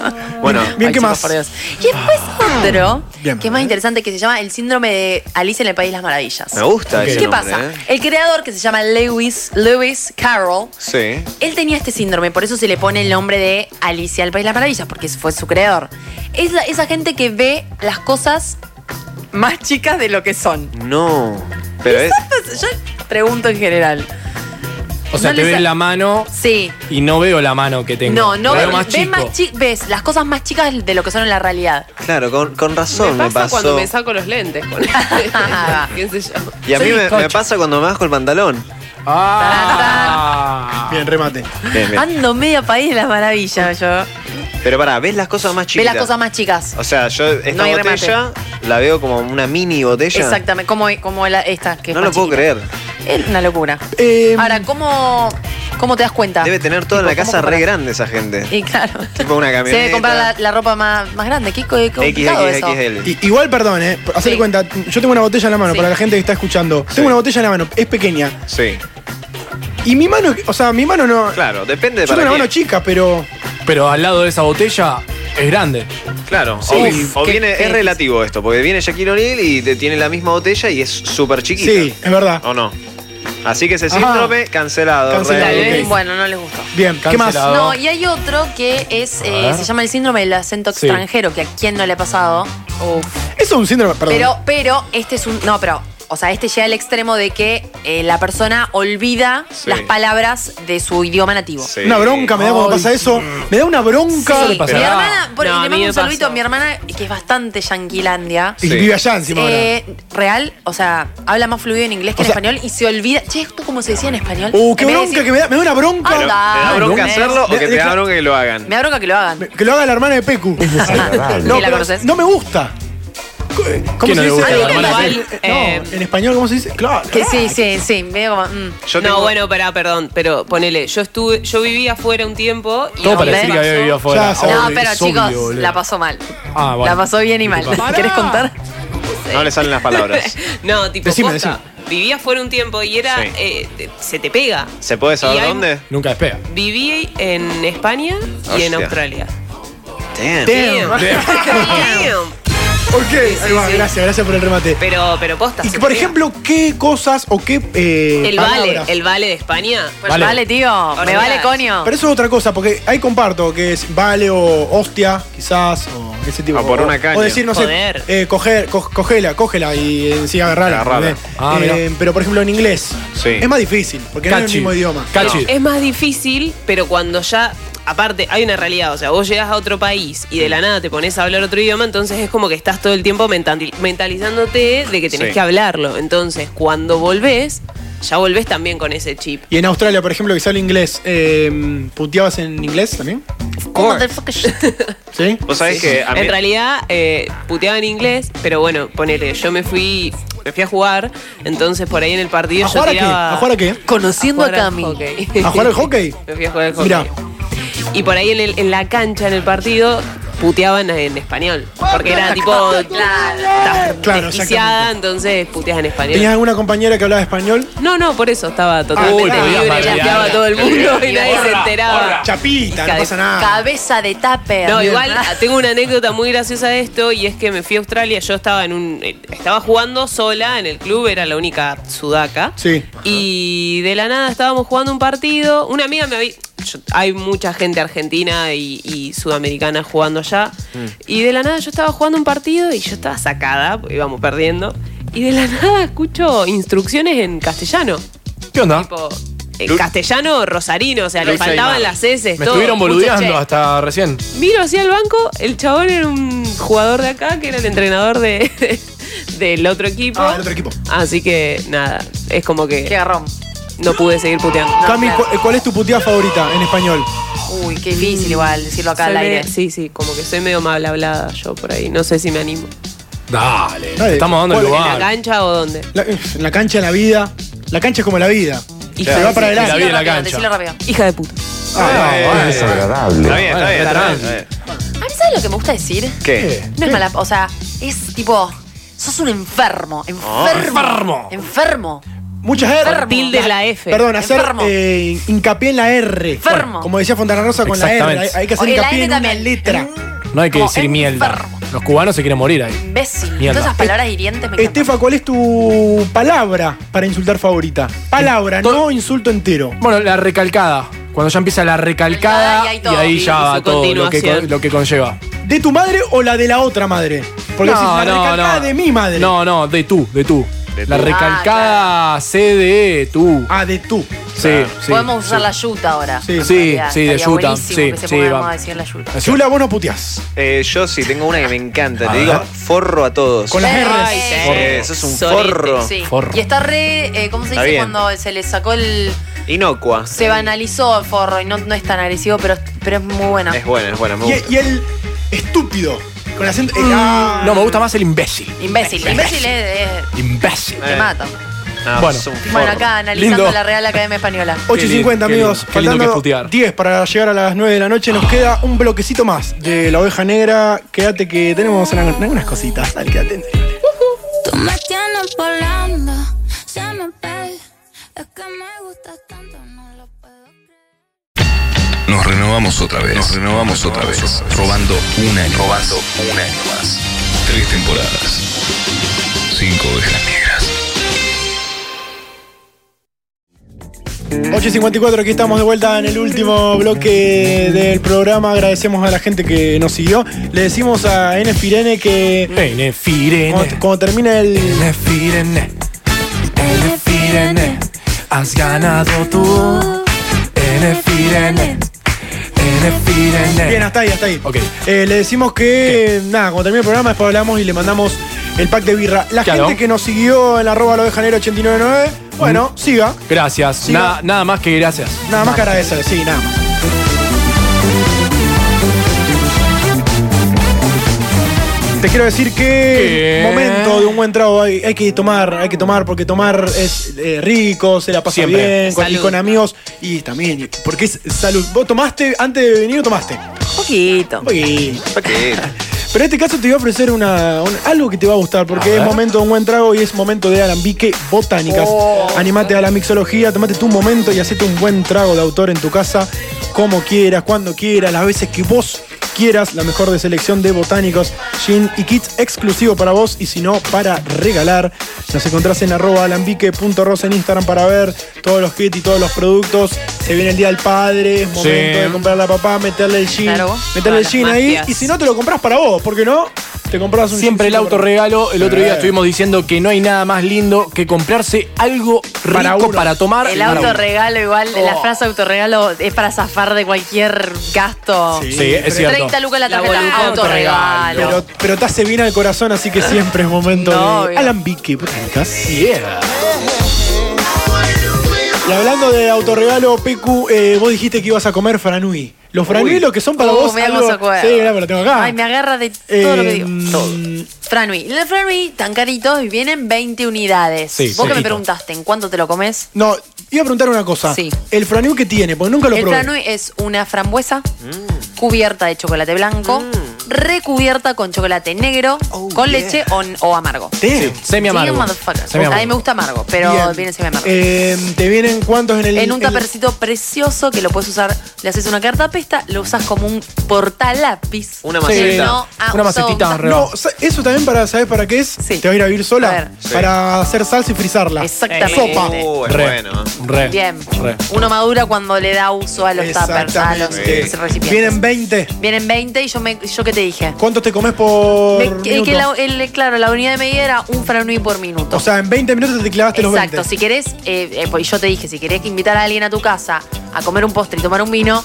Bueno, Bien, ¿qué chicos, más? por Dios. Y después otro, Bien. que es más interesante, que se llama el síndrome de Alicia en el País de las Maravillas. me gusta ese ¿Qué nombre, pasa? ¿eh? El creador, que se llama Lewis, Lewis Carroll, Sí. él tenía este síndrome, por eso se le pone el nombre de Alicia al País de las Maravillas, porque fue su creador. Es la- esa gente que ve las cosas más chicas de lo que son. No. Pero es. Entonces, yo pregunto en general. O sea, No te le ves sa- la mano Sí. y no veo la mano que tengo. No, no La ves, veo más ves chico. más chi- ves las cosas más chicas de lo que son en la realidad. Claro, con, con razón me, Me pasa pasó. cuando me saco los lentes. con- ¿Qué sé yo? Y a mí Soy me, bizcocho. me pasa cuando me bajo el pantalón. Ah. Bien, remate. Bien, bien. Ando media país de las maravillas yo. Pero pará, ¿ves las cosas más Ve chiquitas? las cosas más chicas. O sea, yo esta No hay botella la veo como una mini botella. Exactamente, como, como la- esta que es No lo más puedo chiquita. creer. Em, Es una locura. Eh, Ahora, ¿cómo, cómo te das cuenta? Debe tener toda Tipo, la ¿cómo casa re comparar? grande esa gente. Y claro. Tipo una Se debe camioneta. comprar la, la ropa más, más grande. Qué, co- qué complicado eso. XXXL. i- igual, perdón, eh. por Hacerle Sí. cuenta, yo tengo una botella en la mano Sí. para la gente que está escuchando. Sí. Tengo una botella en la mano, es pequeña. Sí, Y mi mano, o sea, mi mano no. claro, depende de yo tengo para una qué. mano chica, pero. Pero al lado de esa botella es grande. Claro, Sí. o, vi- Uf, o qué- viene, qué- es relativo esto, porque viene Shaquille O'Neal y te- tiene la misma botella y es súper chiquita. Sí, es verdad. ¿O no? Así que Ah. ese Ajá. síndrome cancelado. Cancelado, Rey. ok. Bueno, no les gustó. Bien, ¿qué más? No, y hay otro que es eh, ver. se llama el síndrome del acento Sí. extranjero, que a quién no le ha pasado. Eso es un síndrome, perdón. Pero, pero este es un. No, pero. O sea, este llega al extremo de que eh, la persona olvida Sí. las palabras de su idioma nativo. Una bronca me da cuando Ay, pasa eso. Me da una bronca. Sí, mi hermana, por- No, y a le mí mando me un saludito a pasó. mi hermana, que es bastante yanquilandia. Y Sí. vive allá encima ahora. Eh, Real, o sea, habla más fluido en inglés que en español y se olvida. Che, ¿esto cómo se decía en español? Uh, qué En vez de bronca decir- Ah, que me da. Me da una bronca. Pero, ¿te da bronca hacerlo o que te da Deja- bronca que lo hagan? Me da bronca que lo hagan. Que lo haga la hermana de Pecu. desagradable. no, ¿Sí la pero conoces? Ah, no me gusta. eh, ¿Cómo ¿Quién se no le dice? gusta la hermana de No, Pecu? Eh, en español, ¿cómo se dice? Claro. Que sí, sí, sí. Medio como. mm. No, bueno, pará, perdón, pero ponele, yo estuve, yo viví afuera un tiempo y Todo no, parecía me que había pasó. vivido afuera. Ya, No, Obvio, pero es obvio, chicos, boludo. la pasó mal. Ah, bueno. La pasó bien y mal. Disculpa. ¿Querés contar? No le salen las palabras. No, tipo, Decime, posta, viví afuera un tiempo y era, Sí. eh, te- se te pega. ¿Se puede Y saber hay- dónde? Nunca despega. Viví en España y en Hostia. Australia. Damn. Damn. Damn. Ok, ahí va, gracias, gracias por el remate. Pero, pero posta. Y se que, por te pega. ejemplo, ¿qué cosas o qué eh, el vale, palabras? el vale de España. Pues vale, tío. Me Olvidate. vale, coño. Pero eso es otra cosa, porque ahí comparto que es vale o hostia, quizás, o ese tipo. O Ah, por una caña. O decir, no Joder. sé, eh, coger, co- cogela, cógela y en sí agarrala. Agarrala. ¿entendés? Ah, Eh, mirá. pero por ejemplo en inglés. Sí. Es más difícil, porque no es Catchy. el mismo idioma. Catchy. Es más difícil, pero cuando ya. Aparte, hay una realidad, o sea, vos llegás a otro país y de la nada te pones a hablar otro idioma, entonces es como que estás todo el tiempo mentandi- mentalizándote de que tenés Sí. que hablarlo. Entonces, cuando volvés, ya volvés también con ese chip. Y en Australia, por ejemplo, que se habla inglés, eh, ¿puteabas en inglés también? ¿Cómo te fuck shit? ¿Sí? Vos sabés que a mí- En realidad, eh, puteaba en inglés, pero bueno, ponele, yo me fui, me fui a jugar, entonces por ahí en el partido ¿A yo jugar a qué? tiraba... ¿A jugar a qué? Conociendo a jugar al Cami. hockey. ¿A jugar al hockey? me fui a jugar al hockey. Mirá. Y por ahí en, el- en la cancha, en el partido, puteaban en español. Porque era tipo. Estás Claro, desquiciada, entonces puteas en español. ¿Tenías alguna compañera que hablaba español? No, no, por eso estaba totalmente Ah, libre, bueno, ya, puteaba ya. a todo el mundo y nadie se Horra, enteraba. Chapita, Hija no de pasa nada. Cabeza de tupper. No, igual tengo una anécdota muy graciosa de esto y es que me fui a Australia, yo estaba en un eh, estaba jugando sola en el club, era la única sudaca. Sí. Y de la nada estábamos jugando un partido. Una amiga me había. yo- hay mucha gente argentina y, y sudamericana jugando allá. Y de la nada yo estaba jugando un partido y yo estaba sacada, porque íbamos perdiendo. Y de la nada escucho instrucciones en castellano. ¿Qué onda? Tipo, en castellano rosarino, o sea, le Lucha y faltaban mar. las S. Me estuvieron boludeando hasta recién. Miro hacia el banco, el chabón era un jugador de acá, que era el entrenador de, del otro equipo. Ah, el otro equipo. Así que nada, es como que. Qué garrón. No pude seguir puteando. Cami, ¿cu- eh, ¿cuál es tu puteada favorita en español? Uy, qué difícil igual decirlo acá al Soy aire. medio- sí, sí, como que soy medio mal hablada yo por ahí. No sé si me animo. Dale. Dale. Estamos dando el ¿Cuál- ¿En la lugar. cancha o dónde? La, eh, en la cancha, en la vida. La cancha es como la vida. Y se va para La adelante. vida en la Rápido, cancha. decilo rápido. Hija de puta. Eh. Está bien, está bien, está bien, está bien. A mí, ¿sabes lo que me gusta decir? ¿Qué? No es mala. O sea, es tipo. Sos un enfermo. Ah, Enfermo. enfermo. Enfermo. Muchas R. Enfermo. Tilde la F. Perdón, hacer Enfermo. eh, hincapié en la R. Enfermo. Bueno, como decía Fontana Rosa con la R. Hay, Exactamente. hay que hacer Oye, la hincapié N en una también. letra. No hay que decir mierda. Los cubanos se quieren morir ahí. Imbécil. Mierda. Todas esas palabras hirientes me encantan. Estefa, ¿cuál es tu palabra para insultar favorita? Palabra, To- no insulto entero. Bueno, la recalcada. Cuando ya empieza la recalcada Recalcada y hay y todo. ahí ya Y va su todo lo que, continuación. con- lo que conlleva. ¿De tu madre o la de la otra madre? Porque decís, la recalcada de mi madre. No, no, de tú, de tú. De La tú. recalcada C de tú. Ah, de tú. Sí, sí. Podemos usar la yuta ahora. Sí. En Sí, realidad, sí, de estaría yuta, buenísimo sí, que se sí, pongamos va. a decir la yuta. Chula, vos no puteás. Eh, yo sí, tengo una que me encanta. A Te ver. digo, forro a todos. Con las Sí. R. Ay, Forro. Eso es un Sorete, forro. Sí. Oh, Forro. Y está re, eh, ¿cómo se Está dice bien. cuando se le sacó el... Inocua. Se banalizó el forro y no, no es tan agresivo, pero, pero es muy buena. Es buena, es buena, me gusta. Y, y el estúpido. Con acento. eh, ah. Mm, No, me gusta más el imbécil. Imbécil. Imbécil es... es- Imbécil. te Eh, mata. no, Bueno. es un Bueno, forro. acá analizando Lindo. la Real Academia Española. Qué lindo, 8.50 qué amigos, lindo, qué lindo que es faltando putear. 10 para llegar a las 9 de la noche, nos queda un bloquecito más de la oveja negra. Quédate que tenemos una- algunas cositas, dale, quédate. Tú me tienes volando, se me pega. Es que me gusta tanto, no lo puedo. Nos renovamos otra vez. Nos renovamos otra vez. Robando un año. Robando un año más. Tres temporadas. Cinco ovejas negras. 8.54, aquí estamos de vuelta en el último bloque del programa. Agradecemos a la gente que nos siguió. Le decimos a N. Firene que. N. Firene. Cuando, cuando termina el. N. Firene. N. Firene. Has ganado tú. N. Firene. Bien, hasta ahí, hasta ahí. Eh, le decimos que, nada, cuando termine el programa, después hablamos y le mandamos el pack de birra. La Claro. gente que nos siguió en arroba lo de Janeiro 899, bueno, Mm. siga. Gracias. Siga. Nada, nada más que gracias. Nada más que agradecer, sí, nada más. Te quiero decir que ¿Qué? momento de un buen trago hay, hay que tomar, hay que tomar, porque tomar es eh, rico, se la pasa Siempre. bien, con, y Salud. con amigos, y también, porque es salud. ¿Vos tomaste antes de venir o tomaste? Poquito. Poquito. Pero en este caso te voy a ofrecer una, un- algo que te va a gustar, porque es momento de un buen trago y es momento de alambique botánicas. Animate a la mixología, tomate tu momento y hacete un buen trago de autor en tu casa, como quieras, cuando quieras, las veces que vos quieras, la mejor de selección de botánicos, gin y kits exclusivo para vos y si no, para regalar. Nos encontrás en arroba alambique.ros en Instagram para ver todos los kits y todos los productos. Se viene el Día del Padre, es momento de comprarle a papá, meterle el gin, Claro. meterle el Todas las gin ahí mafias. y si no, te lo compras para vos, porque no, te compras un Siempre el jeansito para- autorregalo. El otro día Sí. estuvimos diciendo que no hay nada más lindo que comprarse algo rico Para para, uno. tomar. El y para uno. autorregalo, igual, Oh. la frase autorregalo es para zafar de cualquier gasto. Sí, Sí, es cierto. 30 lucas la tarjeta. boluda. autorregalo. Pero, pero te hace bien al corazón, así que siempre es momento No, de obvio. alambique, botánicas. Y hablando de autorregalo, Pecu, eh, vos dijiste que ibas a comer franui. Los franui Uy. lo que son para Uh, vos. mirá cómo algo, se acuerda. sí, mirá, me lo tengo acá. Ay, me agarra de todo lo que digo. Em, Franui. El Franui, tan caritos, y vienen 20 unidades. Sí, Vos que poquito. me preguntaste, ¿en cuánto te lo comes? No, iba a preguntar una cosa. Sí. El franui que tiene, porque nunca lo el probé. Franui es una frambuesa cubierta de chocolate blanco, recubierta con chocolate negro, con leche o, o amargo. Sí, Sí, semi-amargo. motherfucker. Semi-amargo. A mí me gusta amargo, pero Bien. viene semi-amargo. Em, ¿Te vienen cuántos en el en un el- tapercito precioso que lo puedes usar, le haces una carta pesta, lo usas como un portalápiz. Una Sí. No, ah, Una usa- macetita usa- re- No, sa- eso también para, ¿sabes para qué es? Te vas a ir a vivir sola. Para hacer salsa y frizarla. Exactamente. Sopa. Oh, es Re. bueno. Re. Bien. Re. Uno madura cuando le da uso a los tuppers, a los Exactamente. recipientes. Vienen 20. Vienen 20 y yo, me, yo qué te dije. ¿Cuántos te comes por Me- que- minuto? que la- el- claro, la unidad de medida era un franui por minuto. O sea, en 20 minutos te clavaste los 20. Exacto, si querés, eh, eh, pues yo te dije, si querés que invitar a alguien a tu casa a comer un postre y tomar un vino,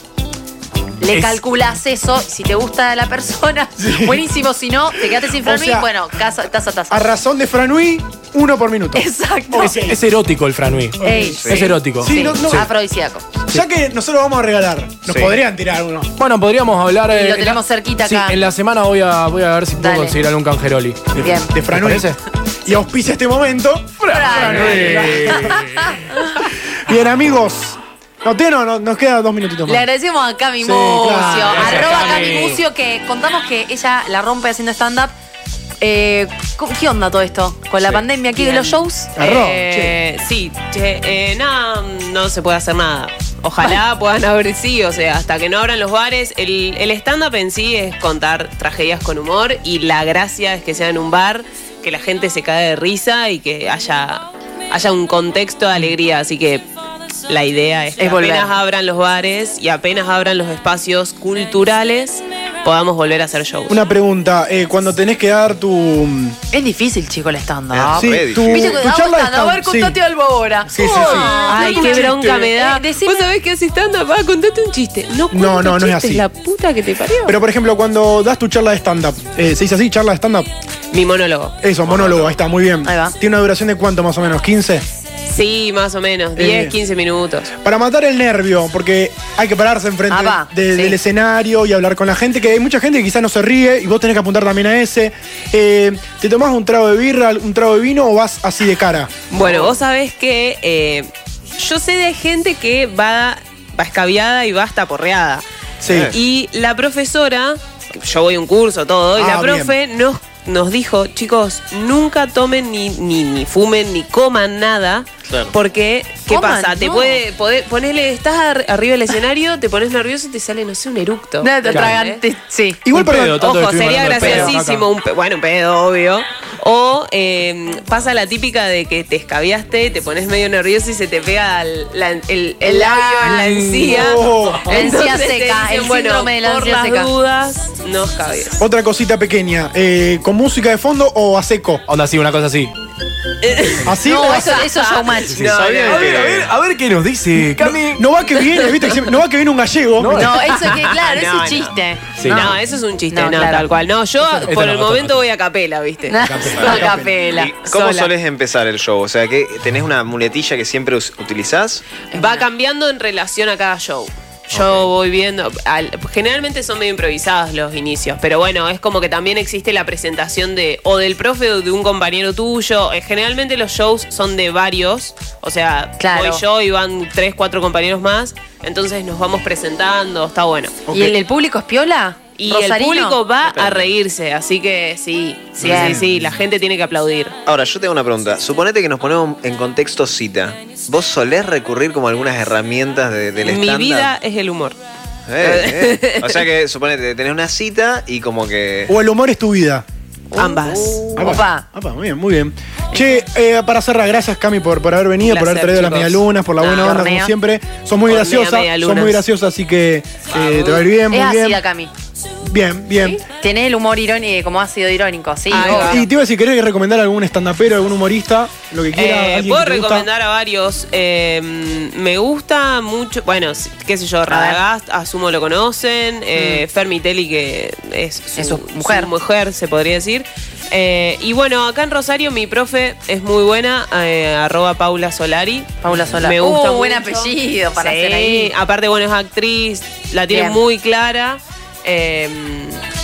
le Es- calculás eso, si te gusta la persona, buenísimo, si no, te quedaste sin O franui, sea, bueno, casa, taza, taza. A razón de Franui, uno por minuto. Exacto. Es, es erótico el franui. Ey, Es erótico. Sí, no- no- Sí. Afrodisíaco. Ya que nosotros vamos a regalar, nos Sí. podrían tirar uno. Bueno, podríamos hablar. Y eh, lo en la- tenemos cerquita Sí, acá. en la semana voy a, voy a ver si puedo Dale. conseguir algún canjeroli. Bien. De Franui. ¿Te parece? Y auspicia este momento. Bien, amigos. No, te- no, no, nos quedan dos minutitos Le más. agradecemos a Cami Sí, Mucio, claro. Gracias, arroba Cami. Cami Mucio, que contamos que ella la rompe haciendo stand-up. Eh, ¿cómo- ¿Qué onda todo esto? ¿Con la pandemia? ¿Qué? Bien. ¿Los shows? Eh, sí, che, eh, nada, no se puede hacer nada. Ojalá puedan abrir, sí, o sea, hasta que no abran los bares. El, el stand-up en sí es contar tragedias con humor y la gracia es que sea en un bar, que la gente se cae de risa y que haya, haya un contexto de alegría. Así que la idea es que Es volver. apenas abran los bares y apenas abran los espacios culturales, podamos volver a hacer shows. Una pregunta, eh, cuando tenés que dar tu. Es difícil, chico, el stand-up. Ah, Sí, tu, Viste tu que hago Eh, charla de stand-up, a ver, stand- sí. contate algo ahora. Sí, sí, sí. Ay, qué bronca me da. ¿Vos sabés que hace stand-up? Ah, contate un chiste. No, No, no, no es chistes, así. La puta que te parió. Pero por ejemplo, cuando das tu charla de stand-up, eh, ¿se dice así, charla de stand-up? Mi monólogo. Ah, Eso, monólogo, ahí está, muy bien. Ahí va. ¿Tiene una duración de cuánto más o menos? ¿15? Sí, más o menos. Eh. 10, 15 minutos. Para matar el nervio, porque hay que pararse enfrente Ah, va, de- sí. del escenario y hablar con la gente, que hay mucha gente que quizás no se ríe y vos tenés que apuntar también a ese. Eh, ¿Te tomás un trago de birra, un trago de vino o vas así de cara? Bueno, vos sabés que eh, yo sé de gente que va, va escabiada y va hasta porreada. Sí. Eh. Y la profesora, yo voy a un curso, todo, y Ah, la profe nos, nos dijo, chicos, nunca tomen ni, ni, ni fumen ni coman nada Porque, ¿qué Coman, pasa? Te no. puede, poder, ponele, estás ar- arriba del escenario, te pones nervioso y te sale, no sé, un eructo. No, te tragan- te- sí. Igual, pero perdón, pedo, tanto que Ojo, estuvimos sería hablando de pedo graciosísimo. acá. un pe- bueno, un pedo, obvio. O eh, pasa la típica de que te escabiaste, te pones medio nervioso y se te pega al- la- el, el labio en ¿ah? la encía. Oh. La Encía seca, el síndrome de la por encía las seca. dudas, no escabies. oh. Otra cosita pequeña, eh, ¿con música de fondo o a seco? Onda, sí, una cosa así. ¿Así No, o a eso- seco? eso es showmatch. Sí, sí, No, sabía no, que- a ver, a ver, a ver qué nos dice Cami. No, no va que viene, ¿viste? Que se- No va que viene un gallego. No, eso es que, claro, es No, un no. chiste. Ah, Sí. No, eso es un chiste, No, no, claro. tal cual. No, yo Esta no, por el otra, momento voy a capela, ¿viste? A capela. ¿Y ¿Cómo sola. solés empezar el show? O sea, que ¿tenés una muletilla que siempre us- utilizás? Va cambiando en relación a cada show. Yo voy viendo, al- generalmente son medio improvisados los inicios, pero bueno, es como que también existe la presentación de o del profe o de un compañero tuyo. Eh, Generalmente los shows son de varios, o sea, Claro. voy yo y van tres, cuatro compañeros más, entonces nos vamos presentando, está bueno. ¿Y el, el público es piola? Y el ¿Rosarino? público va a reírse, así que sí, sí, sí, Bien. sí, la gente tiene que aplaudir. Ahora, yo tengo una pregunta. Suponete que nos ponemos en contexto cita. ¿Vos solés recurrir como a algunas herramientas de- del Mi estándar? vida es el humor. Eh, eh. O sea que suponete, tenés una cita y como que. O el humor es tu vida. Ambas. Uh. Opa. Opa, muy bien, muy bien. Che, eh, para cerrar, gracias Cami por, por haber venido, Un por haber placer, traído las chicos. medialunas, por la Ah, buena onda hornea. como siempre. Son muy Hornea graciosas, son medialunas. muy graciosas, así que eh, te va a ir bien, muy es bien. ácida, Cami. Bien, bien. Tiene el humor irónico, eh, como ácido irónico, sí. Ah, Y- obvio. Y te iba a decir, ¿querés recomendar algún estandapero, algún humorista? Lo que quiera. Eh, alguien puedo que te gusta? recomendar a varios. Eh, me gusta mucho, bueno, si- qué sé yo, Radagast, asumo lo conocen. Eh, Fermitelli, que es su, Mm. Es su mujer. mujer, se podría decir. Eh, y bueno, acá en Rosario mi profe es muy buena, eh, arroba Paula Solari. Paula Solari. Me gusta Uh, buen mucho. apellido para Sí, Ah, hacer ahí. Aparte, bueno, es actriz, la tiene Bien. muy clara. Eh,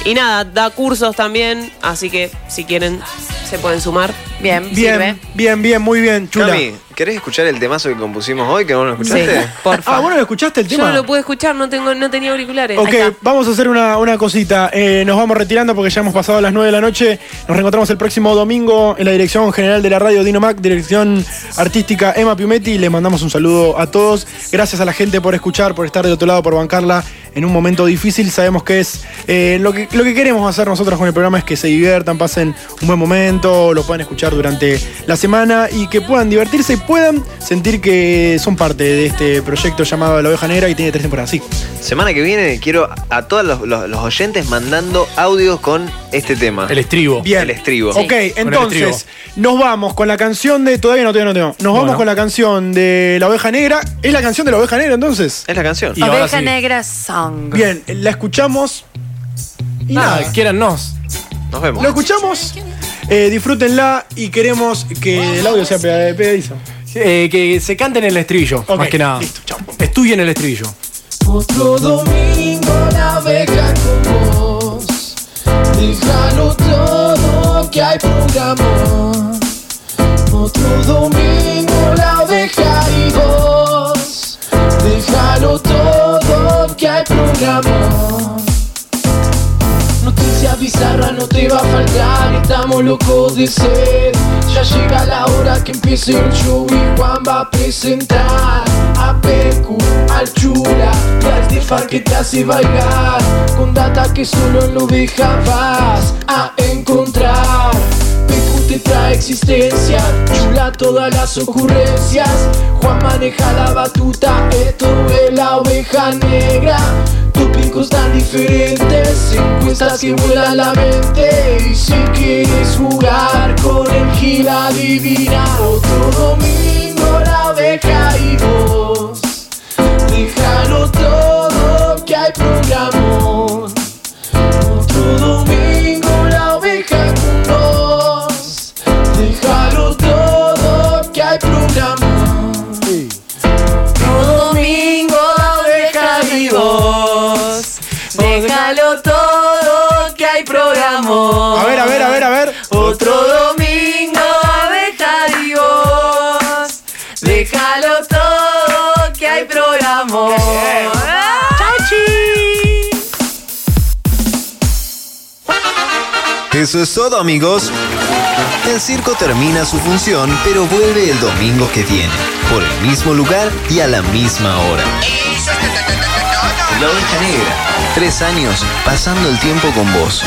y nada, da cursos también, así que si quieren se pueden sumar. Bien, Bien, bien, bien, muy bien, chula. Cami, ¿querés escuchar el temazo que compusimos hoy que vos no escuchaste? Sí, por Ah, ¿vos no escuchaste el Yo tema? no lo pude escuchar, no tengo, no tenía auriculares. Ok, vamos a hacer una, una cosita. Eh, nos vamos retirando porque ya hemos pasado las 9 de la noche. Nos reencontramos el próximo domingo en la dirección general de la radio Dino Mac, dirección artística Emma Piumetti. Le mandamos un saludo a todos. Gracias a la gente por escuchar, por estar del otro lado, por bancarla en un momento difícil. Sabemos que es eh, lo, que, lo que queremos hacer nosotros con el programa es que se diviertan, pasen un buen momento, lo puedan escuchar durante la semana y que puedan divertirse y puedan sentir que son parte de este proyecto llamado La Oveja Negra y tiene tres temporadas. Sí. Semana que viene quiero a todos los, los- los oyentes mandando audios con este tema. El estribo. Bien. El estribo. Ok, entonces nos vamos con la canción de. Todavía no, todavía no tengo. Nos vamos Bueno. con la canción de La Oveja Negra. ¿Es la canción de La Oveja Negra entonces? Es la canción. Y ahora Oveja sí. Negra Song. Bien, la escuchamos. Y Nada, nada, quiérannos. Nos vemos. lo escuchamos, eh, disfrútenla y queremos que el audio sea pe- pegadizo. Eh, que se canten el estribillo, más que nada. Estudien el estribillo. Otro domingo navega con vos. Déjalo todo que hay programa. Otro domingo la oveja y vos. Déjalo todo que hay programa. Noticia bizarra no te va a faltar, estamos locos de sed. Ya llega la hora que empiece el show y Juan va a presentar a Pecu, al Chula y al Stefan que te hace bailar. Con data que solo lo deja vas a encontrar. Pecu te trae existencia, Chula todas las ocurrencias. Juan maneja la batuta, esto es la oveja negra. Tus picos tan diferentes, encuestas que vuelan la mente. Y si quieres jugar con el gila divina, otro domingo la oveja y vos. Déjalo todo que hay programón. Otro domingo la oveja con vos. Déjalo todo que hay programón. Otro domingo la oveja y vos. Déjalo todo que hay programa. A ver, a ver, a ver, a ver. Otro domingo abeja y vos. Déjalo todo que hay programa. Eso es todo, amigos. El circo termina su función, pero vuelve el domingo que viene, por el mismo lugar y a la misma hora. La Oveja Negra, tres años pasando el tiempo con vos.